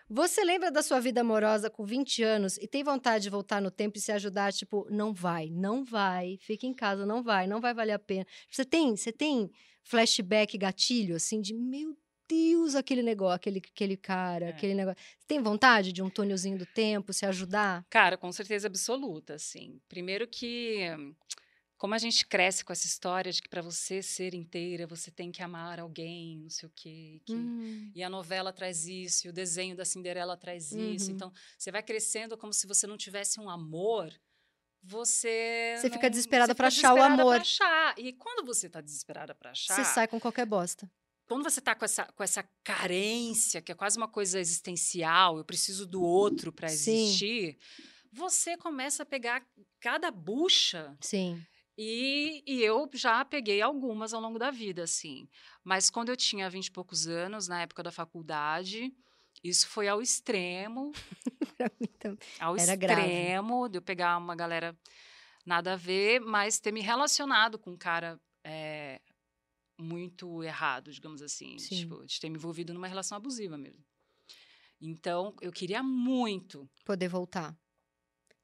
Você lembra da sua vida amorosa com 20 anos e tem vontade de voltar no tempo e se ajudar, tipo, não vai, não vai, fica em casa, não vai, não vai valer a pena. Você tem, você tem flashback gatilho assim de meu Deus, aquele negócio, aquele, aquele cara,
É.
aquele negócio. Você tem vontade de um túnelzinho do tempo, se ajudar?
Cara, com certeza absoluta, assim. Primeiro que hum, como a gente cresce com essa história de que para você ser inteira, você tem que amar alguém, não sei o quê, que-
Hum.
E a novela traz isso, e o desenho da Cinderela traz isso.
Uhum.
Então, você vai crescendo como se você não tivesse um amor. Você.
Você fica
não-
desesperada
você
pra
fica
achar o
desesperada pra
amor.
achar. E quando você tá desesperada pra achar
Você sai com qualquer bosta.
quando você tá com essa, com essa carência, que é quase uma coisa existencial, eu preciso do outro para
Sim.
existir, você começa a pegar cada bucha.
Sim.
E, e eu já peguei algumas ao longo da vida, assim. Mas quando eu tinha vinte e poucos anos, na época da faculdade, isso foi ao extremo
Pra mim também.
ao
Era grave.
extremo de eu pegar uma galera nada a ver, mas ter me relacionado com um cara é, muito errado, digamos assim.
Sim.
Tipo, de ter me envolvido numa relação abusiva mesmo. Então, eu queria muito.
poder voltar.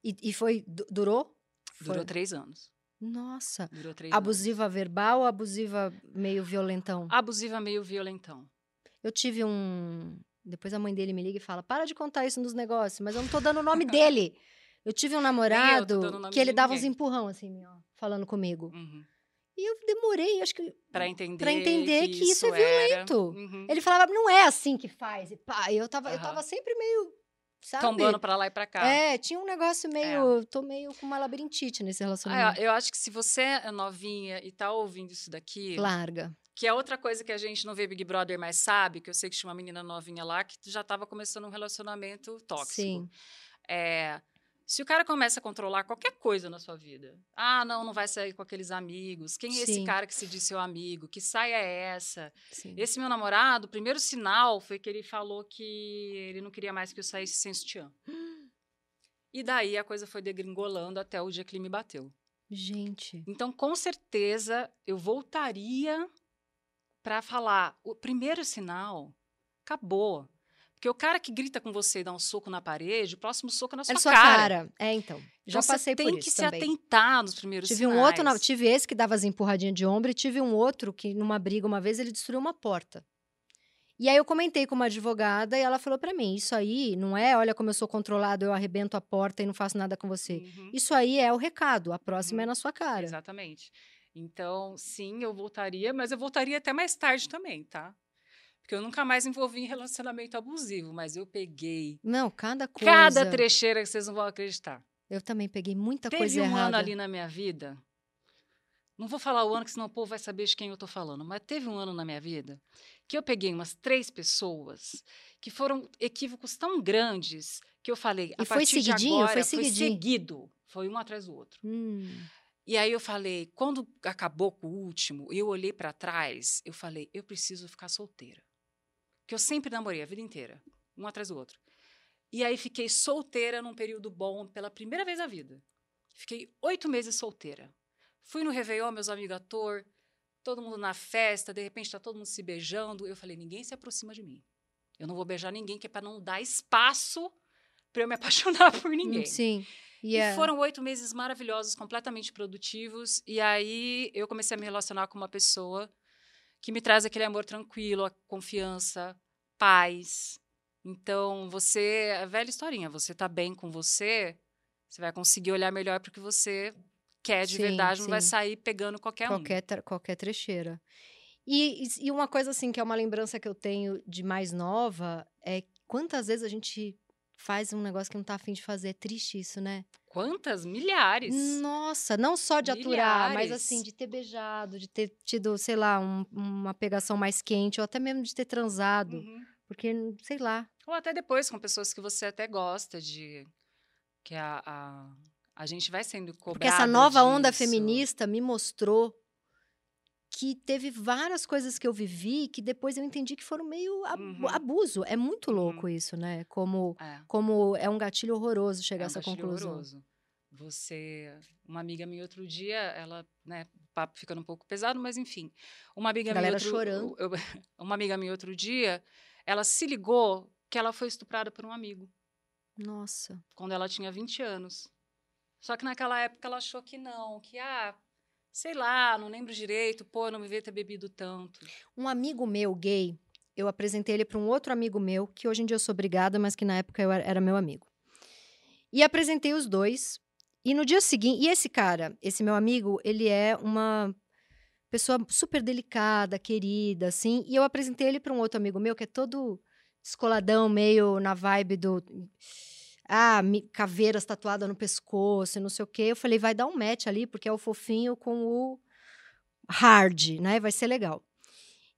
E, e foi. du- Durou?
Durou
Foi.
três anos.
Nossa.
Durou três anos.
Abusiva verbal, abusiva meio violentão.
Abusiva meio violentão.
Eu tive um. Depois a mãe dele me liga e fala: para de contar isso nos negócios, mas eu não tô dando o nome dele. Eu tive um namorado
dando o nome
que ele
de
dava uns
ninguém.
empurrão, assim, em mim, ó, falando comigo.
Uhum.
E eu demorei, acho que.
Pra entender,
Hum, entender que isso é
era-
violento.
Uhum.
Ele falava, não é assim que faz. E pá, e eu tava, eu
Aham.
tava sempre meio. Sabe?
Tombando pra lá e pra cá. É.
É, tinha um negócio meio. Tô meio com uma labirintite nesse
Ah,
relacionamento.
eu eu acho que se você é novinha e tá ouvindo isso daqui,
Larga.
Que é outra coisa que a gente não vê Big Brother, mas sabe, que eu sei que tinha uma menina novinha lá que já estava começando um relacionamento tóxico.
Sim.
É, se o cara começa a controlar qualquer coisa na sua vida, ah, não, não vai sair com aqueles amigos, quem é
Sim.
esse cara que se diz seu amigo, que saia é essa?
Sim.
Esse meu namorado, o primeiro sinal foi que ele falou que ele não queria mais que eu saísse sem sutiã. E daí a coisa foi degringolando até o dia que ele me bateu.
Gente.
Então, com certeza, eu voltaria para falar. O primeiro sinal acabou. Porque o cara que grita com você e dá um soco na parede, o próximo soco é na sua,
é sua
cara.
cara. É, então. Já
Então, você
passei por
tem que
isso
se
também.
atentar nos primeiros
Tive
sinais.
um outro, na- tive esse que dava as empurradinhas de ombro e tive um outro que numa briga uma vez ele destruiu uma porta. E aí eu comentei com uma advogada e ela falou pra mim, isso aí não é, olha como eu sou controlado, eu arrebento a porta e não faço nada com você.
Uhum,
Isso aí é o recado, a próxima
Uhum.
é na sua cara.
Exatamente. Então, sim, eu voltaria, mas eu voltaria até mais tarde também, tá? Porque eu nunca mais me envolvi em relacionamento abusivo, mas eu peguei
Não, cada coisa.
cada trecheira que vocês não vão acreditar.
Eu também peguei muita
Teve
coisa
um
errada.
ano ali na minha vida. Não vou falar o ano, que senão o povo vai saber de quem eu tô falando. Mas teve um ano na minha vida que eu peguei umas três pessoas que foram equívocos tão grandes que eu falei.
E
a
foi
partir de
seguidinho?
agora,
Foi
Foi
seguidinho?
seguido. Foi um atrás do outro.
Hum,
E aí eu falei, quando acabou com o último, eu olhei pra trás, eu falei, eu preciso ficar solteira. Que eu sempre namorei a vida inteira, um atrás do outro. E aí fiquei solteira num período bom pela primeira vez na vida. Fiquei oito meses solteira. Fui no Réveillon, meus amigos ator, todo mundo na festa, de repente tá todo mundo se beijando. Eu falei, ninguém se aproxima de mim. Eu não vou beijar ninguém, que é pra não dar espaço pra eu me apaixonar por ninguém.
Sim. é.
E
yeah.
foram oito meses maravilhosos, completamente produtivos. E aí eu comecei a me relacionar com uma pessoa que me traz aquele amor tranquilo, a confiança, paz. Então, você. A velha historinha, você tá bem com você, você vai conseguir olhar melhor para o que você quer de
Sim,
verdade, não vai
sim.
sair pegando qualquer, um.
qualquer, tre- qualquer trecheira. E, e- e uma coisa assim, que é uma lembrança que eu tenho de mais nova, é quantas vezes a gente faz um negócio que não tá afim de fazer. É triste isso, né?
um. Quantas? Milhares.
Nossa, não só de aturar, mas
Milhares.
assim, de ter beijado, de ter tido, sei lá, um- uma pegação mais quente, ou até mesmo de ter transado.
Uhum.
Porque, sei lá.
Ou até depois, com pessoas que você até gosta de. Que a, a, a gente vai sendo cobrada.
Porque essa nova onda
disso.
feminista me mostrou que teve várias coisas que eu vivi que depois eu entendi que foram meio ab-
Uhum.
abuso. É muito louco isso, né? Como,
É.
como é um gatilho horroroso chegar
É
a
um
essa
gatilho
conclusão.
horroroso. Você, uma amiga minha outro dia, ela, né, o papo ficando um pouco pesado, mas enfim, uma amiga
Galera
minha outro,
chorando.
eu- uma amiga minha outro dia, ela se ligou que ela foi estuprada por um amigo
Nossa.
quando ela tinha 20 anos. Só que naquela época ela achou que não, que ah, sei lá, não lembro direito, pô, não me devia ter bebido tanto.
Um amigo meu gay, eu apresentei ele para um outro amigo meu, que hoje em dia eu sou obrigada, mas que na época eu era, era meu amigo. E apresentei os dois. E no dia seguinte, e esse cara, esse meu amigo, ele é uma pessoa super delicada, querida, assim. E eu apresentei ele para um outro amigo meu, que é todo descoladão, meio na vibe do. Ah, mi- caveiras tatuada no pescoço e não sei o quê. Eu falei, vai dar um match ali, porque é o fofinho com o hard, né? Vai ser legal.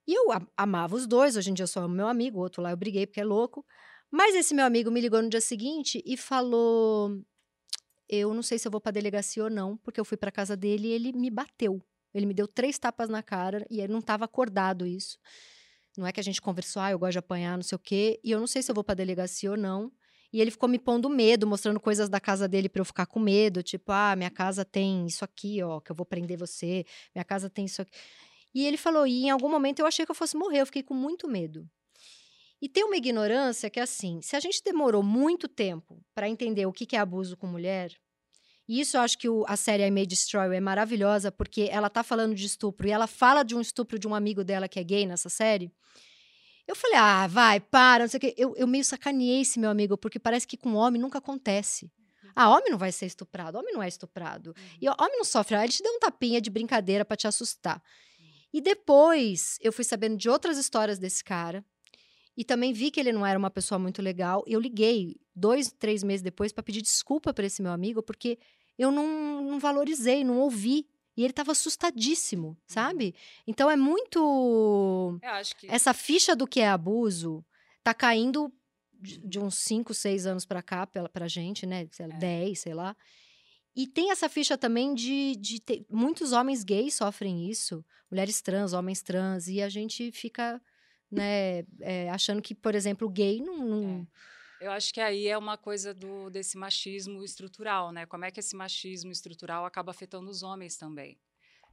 E eu a- amava os dois, hoje em dia eu sou meu amigo, o outro lá eu briguei porque é louco. Mas esse meu amigo me ligou no dia seguinte e falou: Eu não sei se eu vou pra delegacia ou não, porque eu fui pra casa dele e ele me bateu. Ele me deu três tapas na cara e ele não tava acordado isso. Não é que a gente conversou, ah, eu gosto de apanhar, não sei o quê, e eu não sei se eu vou pra delegacia ou não. E ele ficou me pondo medo, mostrando coisas da casa dele pra eu ficar com medo, tipo, ah, minha casa tem isso aqui, ó, que eu vou prender você, minha casa tem isso aqui. E ele falou, e em algum momento eu achei que eu fosse morrer, eu fiquei com muito medo. E tem uma ignorância que é assim, se a gente demorou muito tempo para entender o que que é abuso com mulher, e isso eu acho que o- a série I May Destroy You é maravilhosa, porque ela tá falando de estupro, e ela fala de um estupro de um amigo dela que é gay nessa série, eu falei, ah, vai, para, não sei o quê. Eu, eu meio sacaneei esse meu amigo, porque parece que com homem nunca acontece. Ah, homem não vai ser estuprado, homem não é estuprado. E o homem não sofre, ah, ele te deu um tapinha de brincadeira pra te assustar. E depois eu fui sabendo de outras histórias desse cara. E também vi que ele não era uma pessoa muito legal. Eu liguei dois, três meses depois pra pedir desculpa pra esse meu amigo, porque eu não, não valorizei, não ouvi. E ele tava assustadíssimo, sabe? Então é muito
Eu acho que
essa ficha do que é abuso tá caindo de, de uns 5, 6 anos pra cá pela, pra gente, né? Sei lá,
É.
10, sei lá. E tem essa ficha também de, de ter, muitos homens gays sofrem isso, mulheres trans, homens trans, e a gente fica, né, é, achando que, por exemplo, gay não. não-
Eu acho que aí é uma coisa do, desse machismo estrutural, né? Como é que esse machismo estrutural acaba afetando os homens também?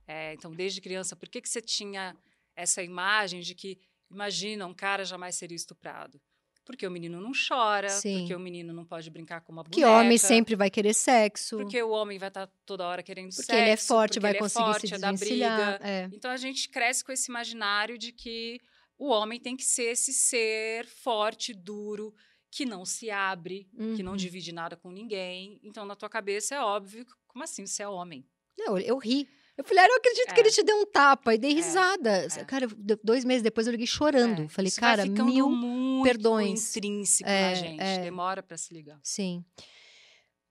É, então, desde criança, por que, que você tinha essa imagem de que, imagina, um cara jamais seria estuprado? Porque o menino não chora,
Sim.
porque o menino não pode brincar com uma É. boneca.
que homem sempre vai querer sexo. Porque,
Porque o homem vai estar toda hora querendo sexo.
ele é forte,
porque
vai
ele é
conseguir
forte,
se
é da briga.
desvencilhar. É.
Então a gente cresce com esse imaginário de que o homem tem que ser esse ser forte, duro, que não se abre, que não
Uhum.
divide nada com ninguém. Então na tua cabeça é óbvio, que- como assim você é homem?
Não, eu ri. Eu falei, ah, eu não acredito que
É.
ele te deu um tapa. E dei
É,
risada. Cara, eu- dois meses depois eu liguei chorando.
É,
Falei,
isso vai
cara,
ficando um
mil.
muito
perdões.
intrínseco
É,
na gente,
é.
demora pra se ligar.
Sim.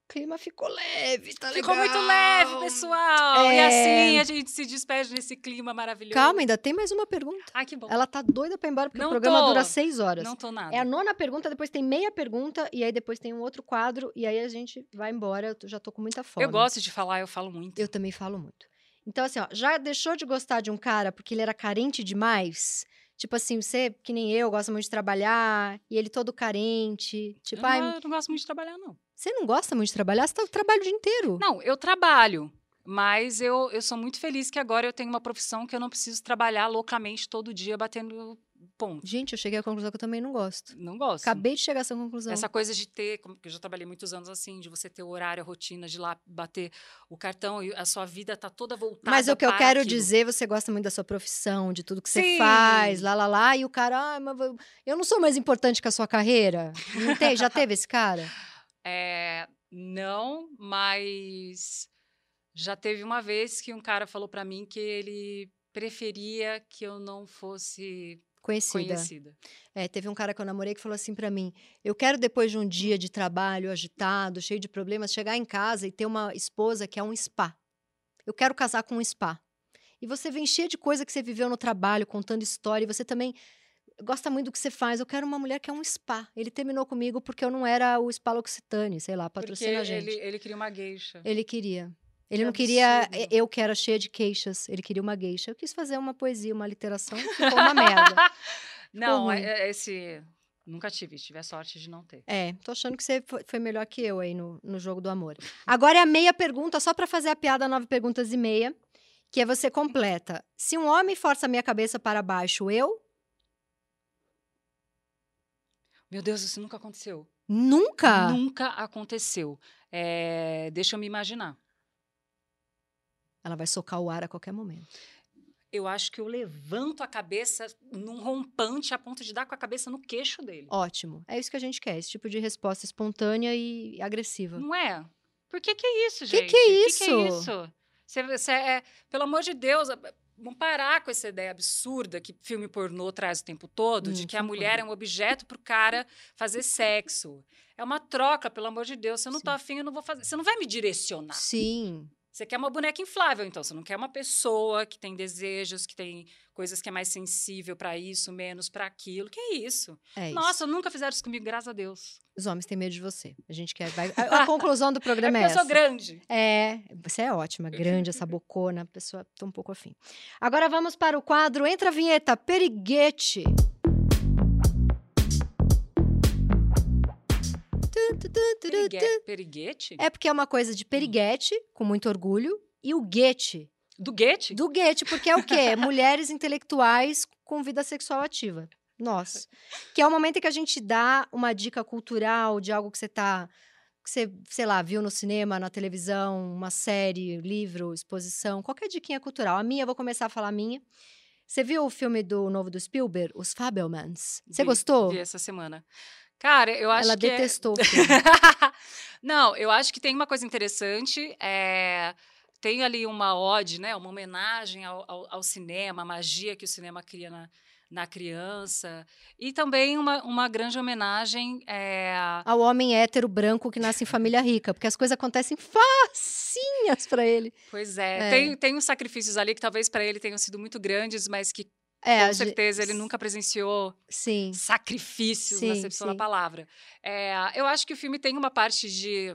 O clima ficou leve, tá
Ficou
legal.
muito leve, pessoal. E
É.
assim a gente se despede nesse clima maravilhoso.
Calma, ainda tem mais uma pergunta.
Ai, que bom.
Ela tá doida pra ir embora, porque o
Não
programa
tô.
dura seis horas.
Não tô nada.
É a nona pergunta, depois tem meia pergunta, e aí depois tem um outro quadro, e aí a gente vai embora. Eu tô- já tô com muita fome.
eu gosto de falar, eu falo muito.
Eu também falo muito. Então, assim, ó, já deixou de gostar de um cara porque ele era carente demais? Tipo assim, você, que nem eu, gosta muito de trabalhar, e ele todo carente.
Eu
Tipo,
não,
ai,
eu não gosto muito de trabalhar, não.
você não gosta muito de trabalhar? Você tá no trabalho o dia inteiro.
Não, eu trabalho. Mas eu, eu sou muito feliz que agora eu tenho uma profissão que eu não preciso trabalhar loucamente todo dia batendo ponto.
Gente, eu cheguei à conclusão que eu também não gosto.
Não gosto.
Acabei de chegar a essa conclusão.
Essa coisa de ter, como que eu já trabalhei muitos anos assim, de você ter o horário, a rotina, de lá bater o cartão e a sua vida tá toda voltada.
Mas o que eu
para
quero
aquilo.
dizer, você gosta muito da sua profissão, de tudo que você
Sim.
faz, lá, lá, lá. E o cara, ah, mas eu- eu não sou mais importante que a sua carreira. Não tem? Já teve esse cara?
É, não, mas já teve uma vez que um cara falou pra mim que ele preferia que eu não fosse
Conhecida.
conhecida.
É, teve um cara que eu namorei que falou assim pra mim: Eu quero, depois de um dia de trabalho agitado, cheio de problemas, chegar em casa e ter uma esposa que é um spa. Eu quero casar com um spa. E você vem cheia de coisa que você viveu no trabalho, contando história, e você também gosta muito do que você faz. Eu quero uma mulher que é um spa. Ele terminou comigo porque eu não era o Spa L'Occitane, sei lá,
Porque
patrocina a gente.
ele,
Ele,
ele queria uma geisha.
queria.
Que
Ele não queria eh,
absurdo.
eu que era cheia de queixas, ele queria uma gueixa. Eu quis fazer uma poesia, uma literação, ficou uma merda.
não,
ruim.
é- é esse. Nunca tive, tive a sorte de não ter.
É, tô achando que você fo- foi melhor que eu aí no, no jogo do amor. Agora é a meia pergunta, só pra fazer a piada nove perguntas e meia, que é você completa. Se um homem força a minha cabeça para baixo, eu
Meu Deus, isso nunca aconteceu.
nunca.
Nunca aconteceu. É, deixa eu me imaginar.
Ela vai socar o ar a qualquer momento.
Eu acho que eu levanto a cabeça num rompante a ponto de dar com a cabeça no queixo dele.
Ótimo. É isso que a gente quer, esse tipo de resposta espontânea e agressiva.
Não é? Por que que é isso,
Que
gente?
que é
Que que é
isso?
isso? Você, você é, pelo amor de Deus, vamos parar com essa ideia absurda que filme pornô traz o tempo todo, de
Hum,
que a
concordo.
mulher é um objeto pro cara fazer sexo. É uma troca, pelo amor de Deus. Se eu não tô
Sim.
afim, eu não vou fazer. Você não vai me direcionar.
Sim.
Você quer uma boneca inflável, então. Você não quer uma pessoa que tem desejos, que tem coisas que é mais sensível pra isso, menos pra aquilo. Que é isso?
É isso.
Nossa, nunca fizeram isso comigo, graças a Deus.
Os homens têm medo de você. A gente quer. vai- A, a conclusão do
É
programa
porque
é,
eu
essa.
sou grande.
É, você é ótima, grande, essa bocona, a pessoa tá um pouco afim. Agora vamos para o quadro Entra a Vinheta, Periguete. Tu, tu, tu, tu, tu, tu.
Perigue- Periguete?
É porque é uma coisa de periguete, com muito orgulho, e o guete,
Do Goethe?
do guete, porque é o quê? Mulheres intelectuais com vida sexual ativa. Nós. Que é o momento em que a gente dá uma dica cultural de algo que você tá. Que você, sei lá, viu no cinema, na televisão, uma série, livro, exposição, qualquer diquinha cultural. A minha, eu vou começar a falar a minha. Você viu o filme do novo do Spielberg, Os Fabelmans? Você
Vi-
gostou?
Vi essa semana. Cara, eu acho
Ela
que. é-
detestou o filme.
Não, eu acho que tem uma coisa interessante. é, Tem ali uma ode, né? Uma homenagem ao, ao- ao cinema, a magia que o cinema cria na, na criança. E também uma, uma grande homenagem. é,
Ao homem hétero branco que nasce em família rica, porque as coisas acontecem facinhas pra ele.
Pois é,
É.
Tem, tem uns sacrifícios ali que talvez para ele tenham sido muito grandes, mas que
É, a
com
ge-
certeza ele nunca presenciou
Sim.
sacrifícios na
Sim,
acepção da
sim.
palavra. É, eu acho que o filme tem uma parte de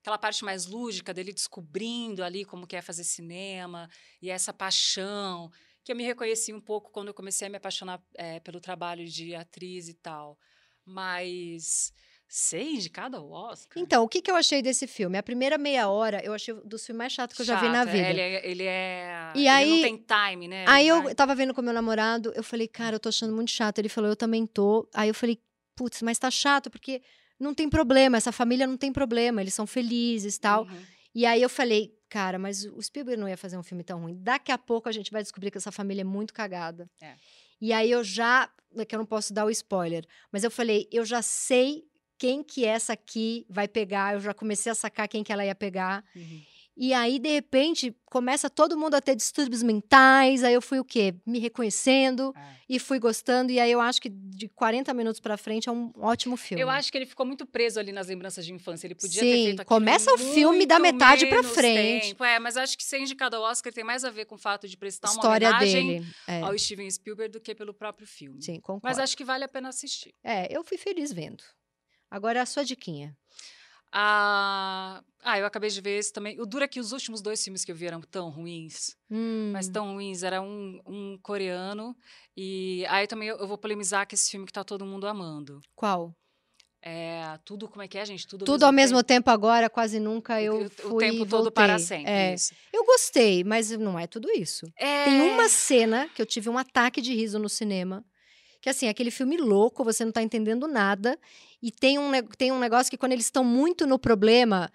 aquela parte mais lúdica dele descobrindo ali como que é fazer cinema e essa paixão que eu me reconheci um pouco quando eu comecei a me apaixonar é, pelo trabalho de atriz e tal. Mas ser indicada ao Oscar.
Então, o que, que eu achei desse filme? A primeira meia hora, eu achei um dos filmes mais chatos que eu já vi na
Chato, é,
vida.
Ele é, ele é-
E
ele
aí-
não tem time, né?
Aí
Ele
eu
vai-
tava vendo com meu namorado, eu falei, cara, eu tô achando muito chato. Ele falou, eu também tô. Aí eu falei, putz, mas tá chato, porque não tem problema, essa família não tem problema, eles são felizes e tal.
Uhum.
E aí eu falei, cara, mas o Spielberg não ia fazer um filme tão ruim. Daqui a pouco a gente vai descobrir que essa família é muito cagada.
É.
E aí eu já, é que eu não posso dar o spoiler, mas eu falei, eu já sei quem que é essa aqui vai pegar, eu já comecei a sacar quem que ela ia pegar.
Uhum.
E aí, de repente, começa todo mundo a ter distúrbios mentais. Aí eu fui o quê? Me reconhecendo
É.
e fui gostando. E aí eu acho que de 40 minutos pra frente é um ótimo filme.
Eu acho que ele ficou muito preso ali nas lembranças de infância. Ele podia ter
Sim,
feito aquilo
começa o filme da
muito
metade pra
menos
frente.
Tempo. É, mas acho que ser indicado ao Oscar tem mais a ver com o fato de prestar tá uma
História
homenagem
dele. É,
ao Steven Spielberg do que pelo próprio filme.
sim, concordo.
Mas acho que vale a pena assistir.
É, eu fui feliz vendo. Agora a sua diquinha.
Ah, ah, eu acabei de ver esse também. O dura que os últimos dois filmes que eu vi eram tão ruins,
Hum,
mas tão ruins. Era um, um coreano e aí também eu, eu vou polemizar com esse filme que tá todo mundo amando.
Qual?
É, tudo, como é que é, gente? Tudo,
Tudo ao mesmo tempo agora, quase nunca eu
o,
fui
o tempo
e
todo
voltei.
para sempre.
É.
isso.
Eu gostei, mas não é tudo isso.
É.
Tem uma cena que eu tive um ataque de riso no cinema. Que assim, é aquele filme louco, você não tá entendendo nada. E tem um, ne- tem um negócio que quando eles estão muito no problema,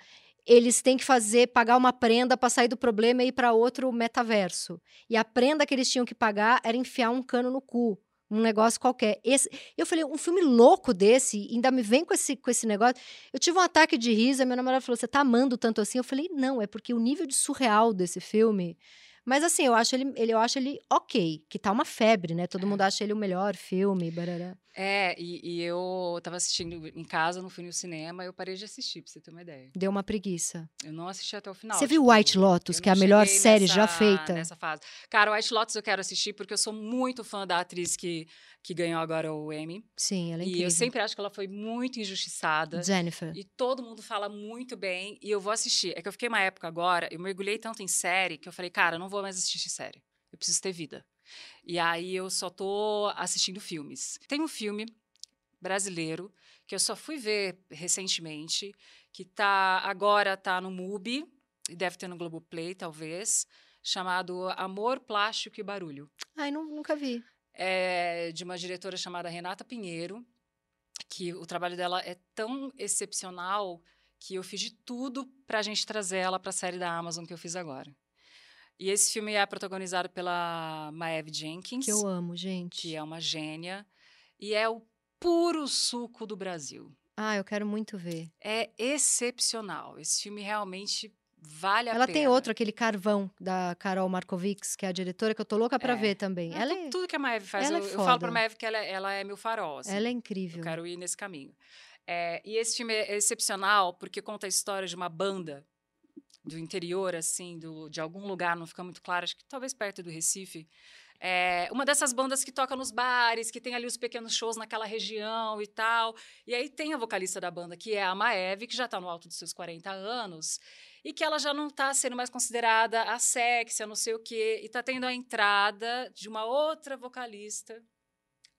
eles têm que fazer, pagar uma prenda pra sair do problema e ir pra outro metaverso. E a prenda que eles tinham que pagar era enfiar um cano no cu. Um negócio qualquer. Esse, eu falei, um filme louco desse, ainda me vem com esse, com esse negócio. Eu tive um ataque de riso, a minha namorada falou: Você tá amando tanto assim? Eu falei: Não, é porque o nível de surreal desse filme. Mas assim, eu acho ele, ele- eu acho ele ok, que tá uma febre, né? Todo
É.
mundo acha ele o melhor filme, barará.
É, e, e eu tava assistindo em casa, não fui no cinema, eu parei de assistir, pra você ter uma ideia.
Deu uma preguiça.
Eu não assisti até o final.
Você viu
tipo,
White Lotus,
eu
que é a
não
melhor
cheguei
série
nessa-
já feita?
Nessa fase. Cara, White Lotus eu quero assistir porque eu sou muito fã da atriz que, que ganhou agora o Emmy.
Sim, ela é
e
incrível.
eu sempre acho que ela foi muito injustiçada.
Jennifer.
E todo mundo fala muito bem e eu vou assistir. É que eu fiquei uma época agora, eu mergulhei tanto em série que eu falei, cara, eu não vou mais assistir série. Eu preciso ter vida. E aí eu só tô assistindo filmes. Tem um filme brasileiro que eu só fui ver recentemente, que tá agora tá no MUBI e deve ter no Globoplay, talvez, chamado Amor, Plástico e Barulho
Ai, nu- nunca vi.
é, de uma diretora chamada Renata Pinheiro, que o trabalho dela é tão excepcional que eu fiz de tudo para a gente trazer ela para a série da Amazon que eu fiz agora. E esse filme é protagonizado pela Maeve Jenkins,
Que eu amo,
que
gente.
é uma gênia, e é o puro suco do Brasil.
Ah, eu quero muito ver.
É excepcional. Esse filme realmente vale a
Ela
pena.
tem outro, aquele Carvão, da Carol Markovics, que é a diretora, que eu tô louca pra
É.
ver também.
É,
ela,
tu-
é,
Tudo que a Maeve faz,
ela é
eu, eu falo
foda.
pra Maeve que ela, é- ela é meu farol. assim.
ela é incrível.
Eu quero ir nesse caminho. É, e esse filme é excepcional porque conta a história de uma banda do interior, assim, do, de algum lugar, não fica muito claro, acho que talvez perto do Recife. É, uma dessas bandas que toca nos bares, que tem ali os pequenos shows naquela região e tal. E aí tem a vocalista da banda, que é a Maeve, que já está no alto dos seus 40 anos, e que ela já não está sendo mais considerada a sexy, a não sei o quê, e está tendo a entrada de uma outra vocalista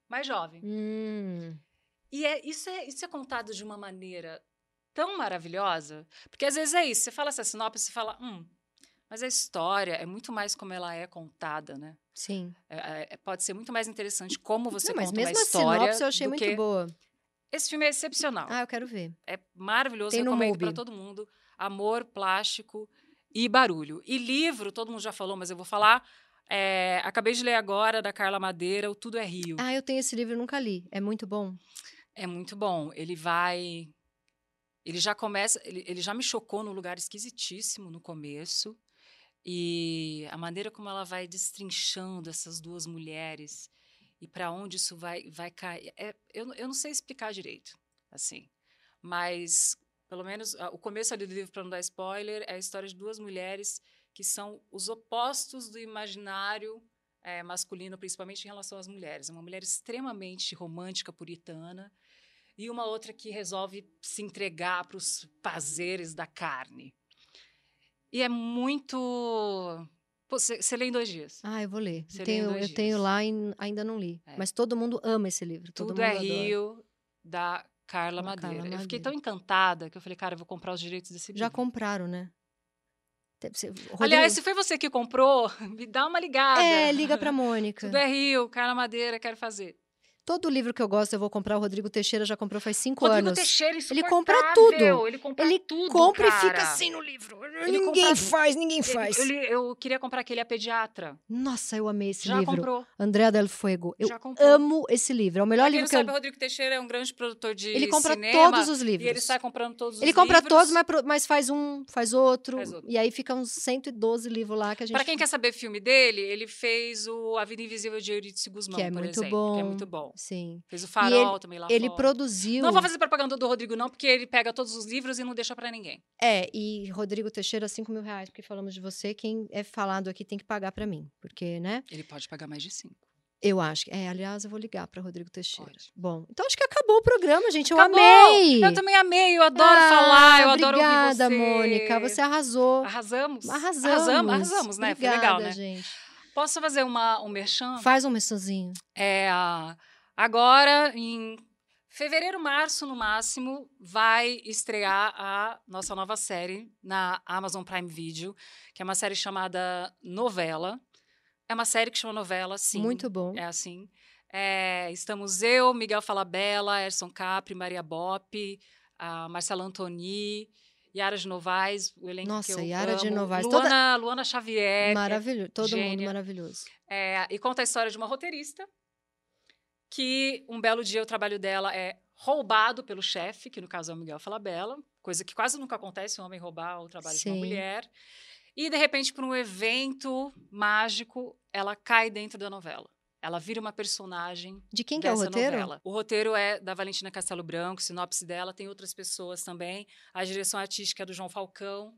mais jovem.
Hum,
E é, isso, é, isso é contado de uma maneira tão maravilhosa. Porque às vezes é isso. Você fala essa sinopse, você fala, hum, mas a história é muito mais como ela é contada, né?
sim.
É- é- é- pode ser muito mais interessante como você
Não, mas
conta
mesmo
uma
a
história.
sinopse eu achei
do
muito
que...
boa.
Esse filme é excepcional.
Ah, eu quero ver.
É maravilhoso,
Tem no
recomendo para
Mubi.
todo mundo. Amor, plástico e barulho. E livro, todo mundo já falou, mas eu vou falar. É, acabei de ler agora, da Carla Madeira, O Tudo é Rio.
Ah, eu tenho esse livro, eu nunca li. É muito bom.
É muito bom. Ele vai. Ele já começa. Ele, ele já me chocou num lugar esquisitíssimo no começo. E a maneira como ela vai destrinchando essas duas mulheres e para onde isso vai, vai cair. É, eu, não- eu não sei explicar direito, assim. Mas, pelo menos, ah, o começo ali do livro, para não dar spoiler, é a história de duas mulheres que são os opostos do imaginário eh, masculino, principalmente em relação às mulheres. Uma mulher extremamente romântica, puritana, e uma outra que resolve se entregar para os prazeres da carne. E é muito. Você lê em dois dias.
Ah, eu vou ler.
Você
Eu
lê em
tenho,
dois
eu tenho
dias.
lá e n- ainda não li.
É.
Mas todo mundo ama esse livro. Todo
Tudo
mundo
é
adora.
Rio, da Carla
Da Carla
Madeira. Eu fiquei
Madeira.
tão encantada que eu falei, cara, eu vou comprar os direitos desse
Já
livro.
compraram, né? Deve ser-
Aliás,
Rodrigo-
se foi você que comprou, me dá uma ligada.
É, liga pra Mônica.
Tudo é Rio, Carla Madeira, quero fazer.
Todo livro que eu gosto eu vou comprar. O Rodrigo Teixeira já comprou faz cinco
Rodrigo
anos.
Teixeira, é
Ele compra
insuportável,
tudo.
Ele compra
Ele
tudo,
Compra e
cara.
fica assim no livro.
Ele
ninguém
compra-
faz, ninguém
Ele-
faz.
ele- eu queria comprar aquele A Pediatra.
Nossa, eu amei esse
já
livro.
comprou.
Andréa Del Fuego. Eu
já comprou.
amo esse livro. É o melhor
Pra quem
livro
não
que eu...
sabe, o Rodrigo Teixeira é um grande produtor de
Ele compra
cinema,
todos os livros.
E ele sai comprando todos
Ele
os
compra
livros.
todos, mas, pro- mas faz um, faz outro,
Faz outro.
E aí fica uns 112 livros lá que a gente.
Pra quem quer saber filme dele, ele fez o A Vida Invisível de Eurídice Guzmão,
Que é
por
muito
exemplo, que é
bom.
muito bom.
Sim.
Fez o
ele-
Farol também lá
Ele
fora.
produziu.
Não vou fazer propaganda do Rodrigo, não, porque ele pega todos os livros e não deixa pra ninguém.
É, e Rodrigo Teixeira, 5 mil reais, porque falamos de você. Quem é falado aqui tem que pagar pra mim. Porque, né?
Ele pode pagar mais de cinco.
Eu acho. que- É, aliás, eu vou ligar pra Rodrigo Teixeira.
Ótimo.
Bom, então acho que acabou o programa, gente. Eu
Acabou!
amei!
Eu também amei, eu adoro
Ah,
falar, eu adoro ouvir você.
Obrigada, Mônica. Você arrasou.
Arrasamos.
Arrasamos.
Arrasamos, arrasamos, né?
Obrigada,
Foi legal, né?
gente.
Posso fazer uma, um merchan?
Faz um messozinho.
É, a- agora, em Fevereiro, março, no máximo, vai estrear a nossa nova série na Amazon Prime Video, que é uma série chamada Novela. É uma série que chama Novela, sim.
Muito bom.
É assim. É, estamos eu, Miguel Falabella, Erson Capri, Maria Bop, a Marcela Antoni, Yara de Novaes, o elenco
Nossa,
que eu
Yara
amo.
de Novaes,
Luana,
toda-
Luana Xavier.
maravilhoso. Todo mundo
é gênia.
maravilhoso.
É, e conta a história de uma roteirista que um belo dia o trabalho dela é roubado pelo chefe, que no caso é o Miguel Falabella, coisa que quase nunca acontece, um homem roubar o trabalho de uma
Sim.
mulher. E, de repente, por um evento mágico, ela cai dentro da novela. Ela vira uma personagem
De quem que é o
dessa
roteiro?
novela. O roteiro é da Valentina Castelo Branco, sinopse dela, tem outras pessoas também. A direção artística é do João Falcão,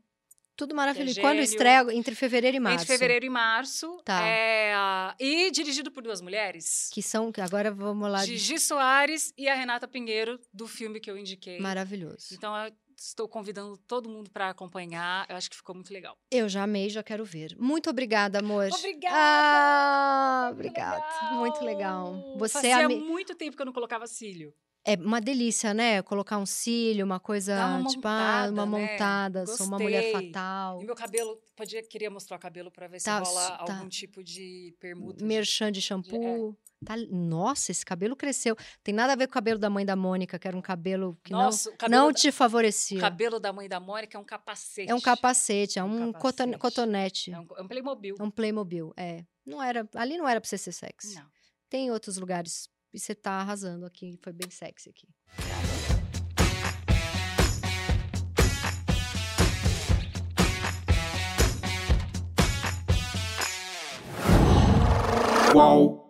Tudo maravilhoso.
Que é
Quando
gênio.
estreia? Entre fevereiro e março.
entre fevereiro e março.
Tá.
É, ah, e dirigido por duas mulheres.
Que são. que Agora vamos lá.
Gigi Soares e a Renata Pinheiro, do filme que eu indiquei.
Maravilhoso.
Então, eu estou convidando todo mundo para acompanhar. Eu acho que ficou muito legal.
Eu já amei, já quero ver. Muito obrigada, amor.
Obrigada!
Ah,
Muito
obrigada.
legal!
Muito legal. Você é
Fazia
ami-
muito tempo que eu não colocava cílio.
É uma delícia, né? Colocar um cílio, uma coisa
Dá uma
tipo, ah, uma
montada, né?
montada, sou uma mulher
Gostei.
fatal.
E meu cabelo, podia, queria mostrar o cabelo para ver se
Tá,
rola
tá.
algum tipo de É. permuta.
Merchan de shampoo. Tá- Nossa, esse cabelo cresceu. Tem nada a ver com o cabelo da mãe da Mônica, que era um cabelo que
Nossa, o
não,
cabelo,
não
da,
te
o
favorecia.
cabelo da mãe da Mônica é um capacete.
É um capacete, é um,
Um
coton-
capacete.
cotonete.
É um, é um Playmobil.
É um Playmobil, é. Não era, ali não era pra você ser sexy.
Não.
Tem outros lugares. E você tá arrasando aqui. Foi bem sexy aqui.
Qual?